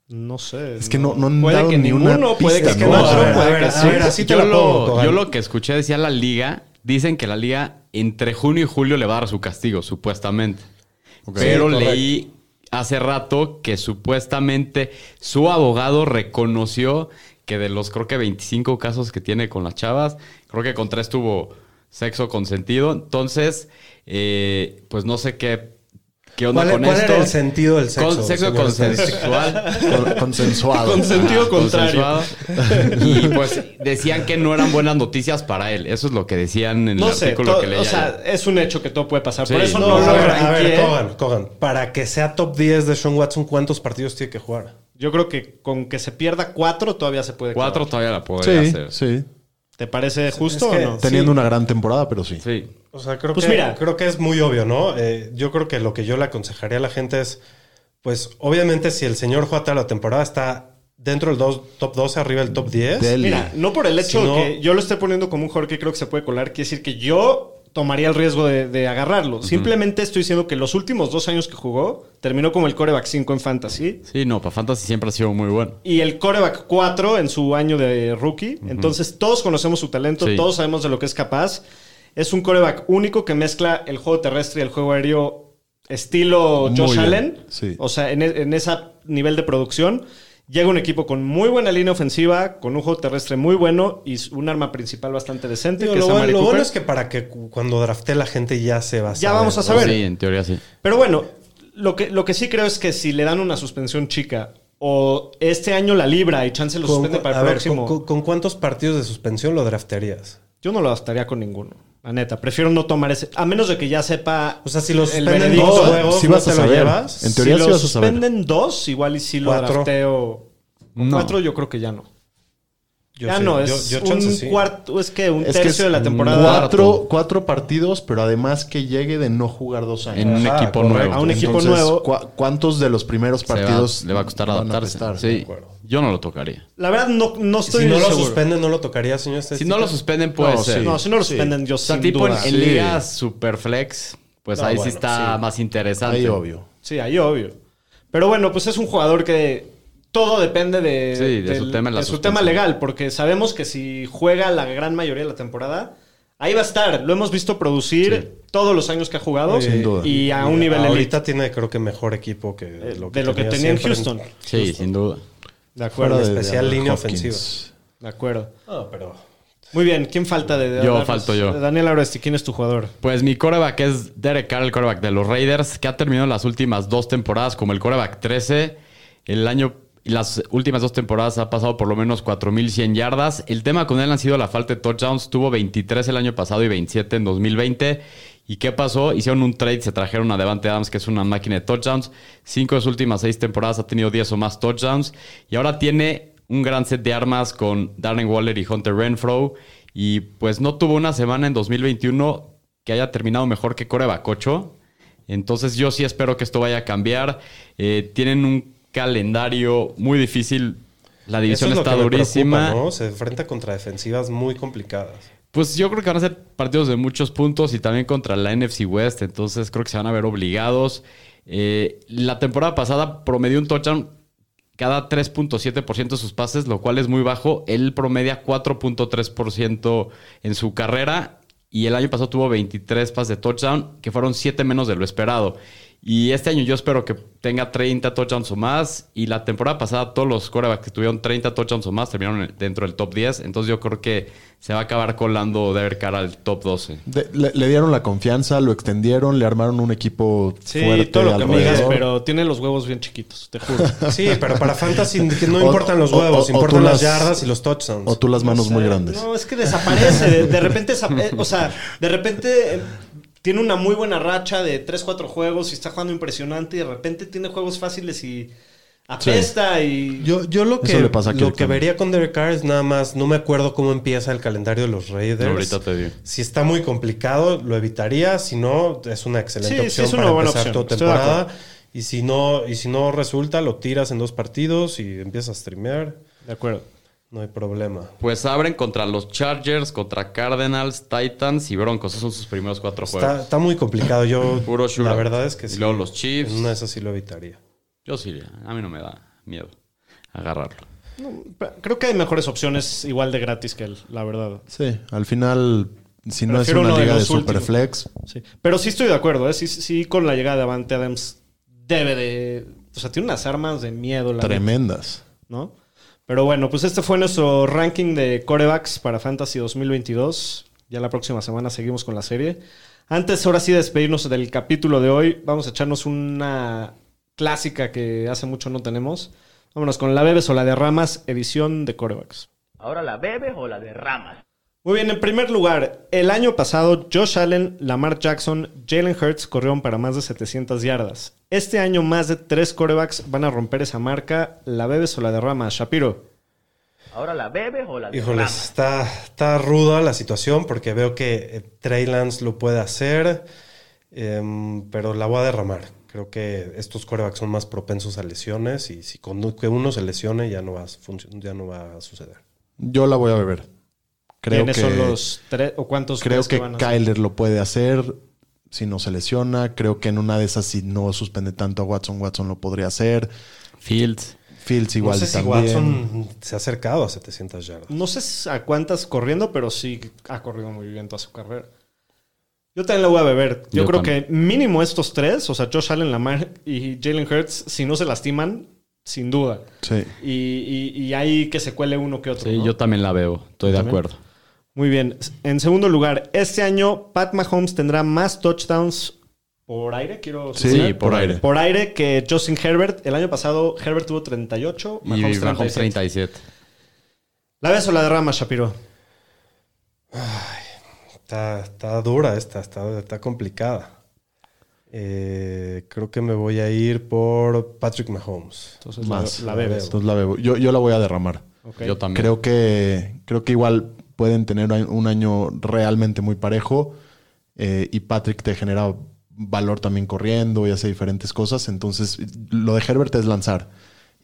S2: No sé.
S4: Es que no- no han
S2: puede
S4: dado
S2: que
S4: ni una
S2: ninguno, puede que
S4: pista,
S2: no,
S4: ¿no? O sea,
S2: puede
S3: a ver,
S2: que
S3: a
S2: sí.
S3: ver, así te
S6: yo,
S3: la pongo,
S6: lo,
S3: Kogan.
S6: yo lo que escuché decía la liga, dicen que la liga entre junio y julio le va a dar su castigo, supuestamente. Pero
S3: Sí, correcto.
S6: leí hace rato que supuestamente su abogado reconoció que de los creo que 25 casos que tiene con las chavas, creo que con tres tuvo sexo consentido. Entonces, eh, pues no sé qué ¿Qué onda
S3: ¿Cuál-
S6: con
S3: cuál
S6: esto?
S3: era el sentido del sexo,
S6: Con- sexo
S3: señor Sánchez?
S6: consensual.
S4: Con- consensuado.
S2: Con sentido
S6: Ah,
S2: contrario.
S6: consensuado. Y pues decían que no eran buenas noticias para él. Eso es lo que decían en el
S2: No sé,
S6: artículo
S2: todo-
S6: que leía.
S2: o sea, es un hecho que todo puede pasar.
S6: Sí.
S2: Por eso
S6: No,
S2: no,
S3: No,
S2: lo
S3: a ver, a ver,
S2: ranqueé.
S3: Cogan, Cogan. Para que sea top 10 de Sean Watson, ¿cuántos partidos tiene que jugar?
S2: Yo creo que con que se pierda cuatro todavía se puede.
S6: Cuatro
S2: acabar.
S6: todavía la podría
S4: Sí,
S6: hacer.
S4: sí.
S2: ¿Te parece justo
S3: que-
S2: o no?
S4: Teniendo una gran temporada, pero sí.
S6: Sí.
S3: O sea, creo,
S2: Pues
S3: que,
S2: mira.
S3: creo que es muy obvio, ¿no? Eh, yo creo que lo que yo le aconsejaría a la gente es, pues obviamente si el señor Juata la temporada está dentro del dos- top 12, arriba del top 10,
S4: Del-
S2: Mira, no por el hecho
S3: Si no-
S2: de que yo lo esté poniendo como un jugador que creo que se puede colar, quiere decir que yo tomaría el riesgo de, de agarrarlo. Simplemente estoy diciendo que los últimos dos años que jugó terminó como el coreback 5 en fantasy
S6: Sí, no, para Fantasy siempre ha sido muy bueno.
S2: y el coreback 4 en su año de rookie. Entonces todos conocemos su talento,
S6: Sí.
S2: todos sabemos de lo que es capaz. Es un coreback único que mezcla el juego terrestre y el juego aéreo estilo
S4: Muy
S2: Josh
S4: bien,
S2: Allen.
S4: sí.
S2: O sea, en, e- en ese nivel de producción. Llega un equipo con muy buena línea ofensiva, con un juego terrestre muy bueno y s- un arma principal bastante decente,
S3: digo,
S2: que
S3: lo,
S2: es
S3: bueno,
S2: Amari
S3: lo
S2: Cooper.
S3: bueno es que para que cu- cuando drafte la gente ya se va Pues, a
S2: Ya
S3: saber,
S2: vamos a
S3: ¿no?
S2: saber.
S6: Sí, en teoría sí.
S2: Pero bueno, lo que, lo que sí creo es que si le dan una suspensión chica o este año la libra y chance lo
S3: Con-
S2: suspende para
S3: a
S2: el
S3: ver,
S2: próximo.
S3: con, con- con cuántos partidos de suspensión lo draftearías?
S2: Yo no lo gastaría con ninguno. La neta, prefiero no tomar ese. A menos de que ya sepa.
S3: O sea, si lo
S2: el
S3: suspenden
S2: veredicto.
S3: dos juegos,
S4: sí
S3: ¿no
S4: vas a
S3: te lo
S4: saber.
S3: llevas?
S4: En teoría
S2: si
S4: sí
S2: lo
S4: vas a saber.
S2: suspenden dos, igual y sí lo
S3: Cuatro.
S2: drafteo.
S6: No.
S2: Cuatro, yo creo que ya no.
S3: Yo
S2: ya
S3: sí,
S2: no,
S3: yo-
S2: es
S3: yo
S2: un
S3: chance sí.
S2: cuarto, es que un
S4: Es que
S2: tercio
S4: es
S2: de la temporada.
S4: Cuatro, cuatro partidos, pero además que llegue de no jugar dos años.
S6: En un
S3: Ajá,
S6: equipo
S3: correcto.
S6: nuevo.
S2: A un equipo
S4: Entonces,
S2: nuevo.
S4: ¿cu- ¿Cuántos de los primeros
S6: Se va-
S4: partidos
S6: le va a costar
S4: van
S6: adaptarse.
S4: prestar?
S6: sí.
S3: acuerdo.
S6: Yo no lo tocaría.
S2: La verdad, no, no
S3: Y
S2: estoy
S3: si no
S2: muy
S3: lo
S2: seguro.
S3: suspenden, no lo tocaría, señor
S6: Si
S3: estadística?
S6: no lo suspenden, puede
S4: No,
S6: ser.
S4: sí.
S2: No, si no lo suspenden, yo
S6: O sea,
S2: sin
S6: tipo en,
S2: duda.
S6: en
S4: Sí.
S6: ligas Superflex, pues
S3: No,
S6: ahí sí
S3: bueno,
S6: está
S3: sí.
S6: más interesante.
S4: Ahí obvio.
S2: Sí, ahí obvio. Pero bueno, pues es un jugador que todo depende de,
S6: Sí, de su
S2: del-
S6: tema en la
S2: de su
S6: suspensión.
S2: tema legal, porque sabemos que si juega la gran mayoría de la temporada, ahí va a estar. Lo hemos visto producir todos los años que ha jugado
S4: Sin duda.
S2: y a un
S3: Mira,
S2: nivel
S3: Ahorita
S2: elite
S3: tiene, creo que, mejor equipo que
S2: eh, de lo que tenía en
S3: siempre
S2: Houston.
S6: Sí, sin duda.
S2: De
S4: Fuera
S2: acuerdo,
S3: En
S4: de-
S3: especial
S4: de
S3: línea
S4: Hopkins.
S3: ofensiva.
S2: de acuerdo.
S3: No, Ah, pero.
S2: Muy bien, ¿quién falta de, de-
S6: Yo,
S2: darnos-
S6: falto yo.
S2: Daniel Auresti, ¿quién es tu jugador?
S6: Pues mi coreback es Derek Carr, el coreback de los Raiders, que ha terminado las últimas dos temporadas como el coreback 13. El año y las últimas dos temporadas ha pasado por lo menos 4.100 yardas. El tema con él han sido la falta de touchdowns. Tuvo 23 el año pasado y 27 en 2020. ¿Y qué pasó? Hicieron un trade, se trajeron a Devante Adams, que es una máquina de touchdowns. Cinco de sus últimas seis temporadas ha tenido 10 o más touchdowns. Y ahora tiene un gran set de armas con Darren Waller y Hunter Renfro. Y pues no tuvo una semana en 2021 que haya terminado mejor que Corea 8. Entonces yo sí espero que esto vaya a cambiar. Eh, tienen un calendario muy difícil. La división
S3: eso es lo
S6: está
S3: que me
S6: durísima.
S3: preocupa, ¿no? Se enfrenta contra defensivas muy complicadas.
S6: Pues yo creo que van a ser partidos de muchos puntos y también contra la NFC West, entonces creo que se van a ver obligados. Eh, la temporada pasada promedió un touchdown cada 3.7% de sus pases, lo cual es muy bajo. Él promedia 4.3% en su carrera y el año pasado tuvo 23 pases de touchdown, que fueron 7 menos de lo esperado. Y este año yo espero que tenga 30 touchdowns o más. Y la temporada pasada todos los corebacks que tuvieron 30 touchdowns o más terminaron en- dentro del top 10. Entonces yo creo que se va a acabar colando Derek Carr al top 12.
S4: De- le, le dieron la confianza, lo extendieron, le armaron un equipo
S2: Sí,
S4: fuerte.
S2: todo lo que me digas,
S4: alrededor.
S2: pero tiene los huevos bien chiquitos, te juro.
S3: Sí, pero para Fantasy que no
S4: O-
S3: importan los
S4: o-
S3: huevos,
S4: o- o
S3: importan
S4: tú
S3: las
S4: las-
S3: yardas y los touchdowns.
S4: O tú las manos muy grandes.
S2: No, es que desaparece. De, de repente, esa- eh, o sea, de repente eh, tiene una muy buena racha de 3, 4 juegos y está jugando impresionante y de repente tiene juegos fáciles y apesta y...
S3: Yo, yo lo que,
S4: Eso le pasa a
S3: lo
S4: Kirk
S3: que
S4: también.
S3: vería con Derek Carr es nada más, no me acuerdo cómo empieza el calendario de los Raiders.
S6: Ahorita te digo.
S3: Si está muy complicado, lo evitaría. Si no, es una excelente
S2: Sí, sí,
S3: opción
S2: es una
S3: para
S2: buena
S3: empezar
S2: opción.
S3: tu
S2: Estoy de
S3: temporada. Y si no, y si no resulta, lo tiras en dos partidos y empiezas a streamear.
S2: De acuerdo.
S3: No hay problema.
S6: Pues abren contra los Chargers, contra Cardinals, Titans y Broncos. Esos son sus primeros cuatro
S3: Está,
S6: juegos.
S3: está muy complicado. Yo
S6: Pues, Puro
S3: la
S6: shootout.
S3: verdad es que
S6: Y
S3: sí.
S6: luego los Chiefs.
S3: En una de esas sí lo evitaría.
S6: Yo sí, a mí no me da miedo agarrarlo.
S2: Creo que hay mejores opciones igual de gratis que él, la verdad.
S4: Sí, al final, si no
S2: Prefiero
S4: es
S2: uno
S4: una
S2: de
S4: liga de,
S2: los últimos.
S4: Superflex,
S2: Sí. Pero sí estoy de acuerdo, ¿eh? Sí, sí, sí, con la llegada de Avante Adams debe de... O sea, tiene unas armas de miedo, la neta.
S4: tremendas.
S2: ¿no? Pero bueno, pues este fue nuestro ranking de corebacks para Fantasy 2022. Ya la próxima semana seguimos con la serie. Antes, ahora sí, de despedirnos del capítulo de hoy. Vamos a echarnos una clásica que hace mucho no tenemos. Vámonos con La Bebes o La Derramas, edición de Corebacks.
S5: Ahora la bebes o la derramas.
S2: Muy bien, en primer lugar, el año pasado Josh Allen, Lamar Jackson, Jalen Hurts corrieron para más de 700 yardas. Este año más de tres corebacks van a romper esa marca. ¿La bebes o la derramas, Shapiro?
S5: Ahora la bebes o la
S3: Híjoles,
S5: derramas.
S3: está, está ruda la situación porque veo que eh, Trey Lance lo puede hacer, em, pero la voy a derramar. Creo que estos corebacks son más propensos a lesiones y si con que uno se lesione ya no va a, func- ya no va a suceder.
S4: Yo la voy a beber. Creo que,
S2: ¿Quiénes son los tres o cuántos
S4: creo
S2: crees
S4: que,
S2: van a ser?
S4: Kyler lo puede hacer si no se lesiona. Creo que en una de esas, si no suspende tanto a Watson, Watson lo podría hacer.
S6: Fields.
S4: Fields igual
S3: no sé si
S4: también.
S3: Watson se ha acercado a 700 yardas.
S2: No sé a cuántas corriendo, pero sí ha corrido muy bien toda su carrera. Yo también la voy a beber. Yo,
S6: Yo
S2: creo
S6: también.
S2: que mínimo estos tres, o sea, Josh Allen, Lamar y Jalen Hurts, si no se lastiman, sin duda.
S4: Sí.
S2: Y, y- y ahí que se cuele uno que otro.
S6: Sí,
S2: ¿no?
S6: yo también la veo. Estoy de acuerdo.
S2: Muy bien. En segundo lugar, este año Pat Mahomes tendrá más touchdowns por aire, quiero
S6: Sí,
S2: suponer.
S6: por aire.
S2: Por aire que Justin Herbert. El año pasado Herbert tuvo 38,
S6: Y
S2: Mahomes 37.
S6: Mahomes 37.
S2: ¿La ves o la derrama, Shapiro?
S3: Está, está dura esta, está, está complicada. Eh, creo que me voy a ir por Patrick Mahomes.
S2: Entonces
S4: Más.
S2: la, la bebes.
S4: Entonces la bebo. Yo, yo la voy a derramar.
S2: Ok.
S6: Yo también.
S4: Creo que, creo que igual pueden tener un año realmente muy parejo eh, y Patrick te genera valor también corriendo y hace diferentes cosas. Entonces, lo de Herbert es lanzar.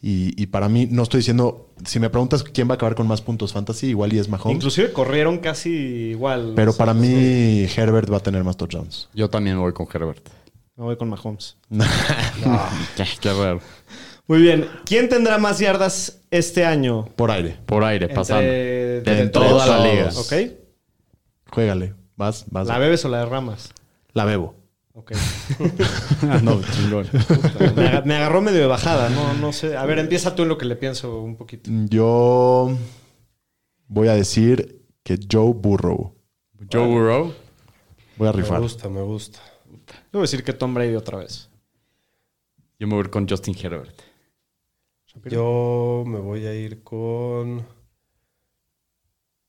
S4: Y, y para mí, no estoy diciendo, si me preguntas quién va a acabar con más puntos fantasy, igual y es Mahomes.
S2: Inclusive corrieron casi igual.
S4: pero
S2: O sea,
S4: para mí, Herbert va a tener más touchdowns.
S6: Yo también voy con Herbert.
S2: Me voy con Mahomes.
S6: Qué, qué raro.
S2: Muy bien. ¿Quién tendrá más yardas este año?
S4: Por aire.
S6: Por aire, pasando.
S2: Entre-
S6: De
S4: entre
S6: toda la
S4: todos.
S6: liga.
S2: Ok.
S4: Juégale. Vas, vas.
S2: ¿La bebes o la derramas?
S4: La bebo.
S2: Ok.
S4: No,
S6: Chingón.
S2: Me, aga- me agarró medio de bajada. No, no sé. A ver, empieza tú en lo que le pienso un poquito.
S4: yo voy a decir que Joe Burrow.
S6: Joe Burrow.
S4: Voy a
S3: Me
S4: rifar.
S3: gusta, me gusta.
S2: Debo decir que Tom Brady otra vez.
S6: Yo me voy a ir con Justin Herbert.
S3: Yo me voy a ir con.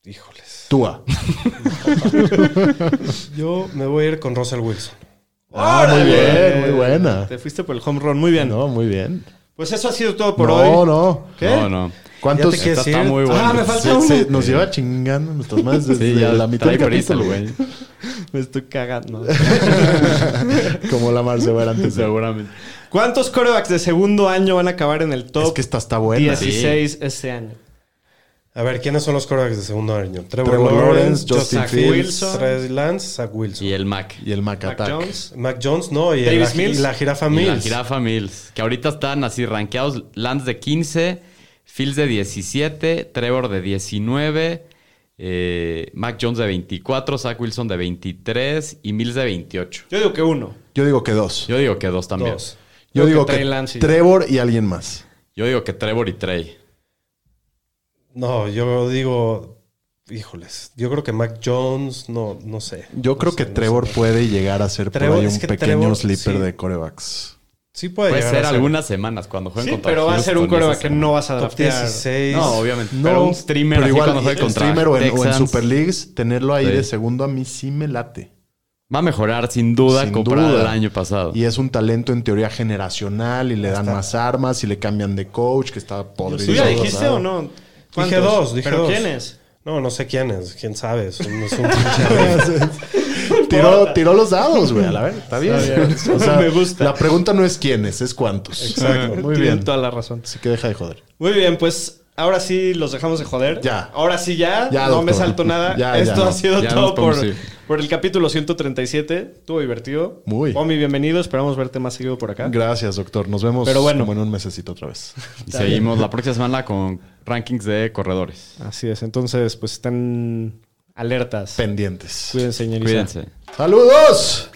S3: Híjoles.
S4: Tua.
S3: Yo me voy a ir con Russell Wilson.
S4: Ah, muy bien, muy buena.
S2: Te fuiste por el home run. Muy bien.
S4: No, muy bien.
S2: Pues eso ha sido todo por
S4: no,
S2: hoy.
S4: no.
S2: ¿Qué?
S6: No, no.
S4: ¿Cuántos?
S3: Ya te quedas
S6: Esta está
S3: Sí.
S6: muy bueno.
S2: Ah, me falta
S4: Se-
S2: uno.
S4: se- nos lleva chingando nuestras madres desde
S6: Sí, ya
S4: la mitad del
S6: trae prisa el
S4: capítulo.
S6: güey.
S2: Me estoy cagando.
S4: Como la mar se va a ir antes de...
S6: Seguramente.
S2: ¿Cuántos corebacks de segundo año van a acabar en el top
S4: Es que esta está buena.
S2: 16 este año?
S3: A ver, ¿quiénes son los corebacks de segundo año? Trevor,
S4: Trevor Lawrence,
S3: Lawrence,
S4: Justin
S3: Justin
S2: Zach
S3: Fields,
S2: Wilson.
S3: Trey Lance, Zach Wilson.
S6: Y el Mac.
S4: Y el Mac
S2: Mac
S4: Attack.
S2: Jones.
S3: Mac Jones, no, y,
S2: Davis
S3: la, y
S2: Mills.
S3: la jirafa
S6: Y
S3: Mills.
S6: la jirafa Mills. Que ahorita están así rankeados. Lance de 15, Fields de 17, Trevor de 19, eh, Mac Jones de 24, Zach Wilson de 23 y Mills de 28.
S2: Yo digo que uno.
S4: Yo digo que dos. Yo,
S6: Yo digo que dos también.
S3: Dos.
S2: creo
S4: digo
S2: que
S4: que,
S2: Trey Lance y-
S4: Trevor y alguien más.
S6: Yo digo que Trevor y Trey.
S3: No, yo digo, híjoles, yo creo que Mac Jones, no, no sé.
S4: Yo creo que Trevor puede llegar a ser
S3: Trevor-
S4: por ahí
S3: es
S4: un
S3: que
S4: pequeño
S3: Trevor,
S4: sleeper
S3: sí.
S4: de corebacks.
S3: Sí puede,
S6: Puede
S3: llegar
S6: ser
S3: a
S6: algunas semanas cuando jueguen
S2: Sí,
S6: contra
S2: pero va a ser un
S6: Houston,
S2: coreback que
S6: esas
S2: no vas a
S3: top
S2: draftear.
S3: 16.
S6: No, obviamente.
S4: No,
S6: pero un streamer
S4: pero
S6: así
S4: igual
S6: cuando juegue
S4: un
S6: contra
S4: streamer o en, o en
S6: Texans,
S4: Super Leagues, tenerlo ahí
S6: Sí.
S4: de segundo a mí sí me late.
S6: Va a mejorar sin duda
S4: Sin
S6: comparado
S4: duda.
S6: al año pasado.
S4: Y es un talento en teoría generacional y le dan más armas y le cambian de coach que está podrido.
S2: ¿Tú ya dijiste o no?
S3: Dije dos, dije
S2: ¿Pero
S3: dos.
S2: quién es?
S3: No, no sé quién es, quién sabe. Es un, es un pinche-
S4: tiró, tiró los dados, güey. A la ver, está bien.
S2: bien.
S4: O sea,
S2: Me gusta.
S4: La pregunta no es quiénes, es cuántos.
S3: Exacto.
S4: Muy
S2: Tienen
S4: bien.
S2: toda la razón.
S4: Así que deja de joder.
S2: Muy bien, pues ahora sí los dejamos de joder.
S4: Ya.
S2: Ahora sí ya.
S4: Ya,
S2: no
S4: doctor.
S2: me salto nada.
S4: Ya, ya,
S2: Esto
S4: no.
S2: ha sido
S6: Ya
S2: todo
S6: nos
S2: por,
S6: podemos ir.
S2: por el capítulo 137. Estuvo divertido.
S4: Muy.
S2: Pomi, bienvenido. Esperamos verte más seguido por acá.
S4: Gracias, doctor. Nos vemos
S2: Pero bueno.
S4: como en un mesecito otra vez.
S6: Y seguimos la próxima semana con rankings de corredores.
S2: Así es. Entonces, pues están alertas.
S4: Pendientes.
S2: Cuídense, señorita.
S6: Cuídense.
S4: ¡Saludos!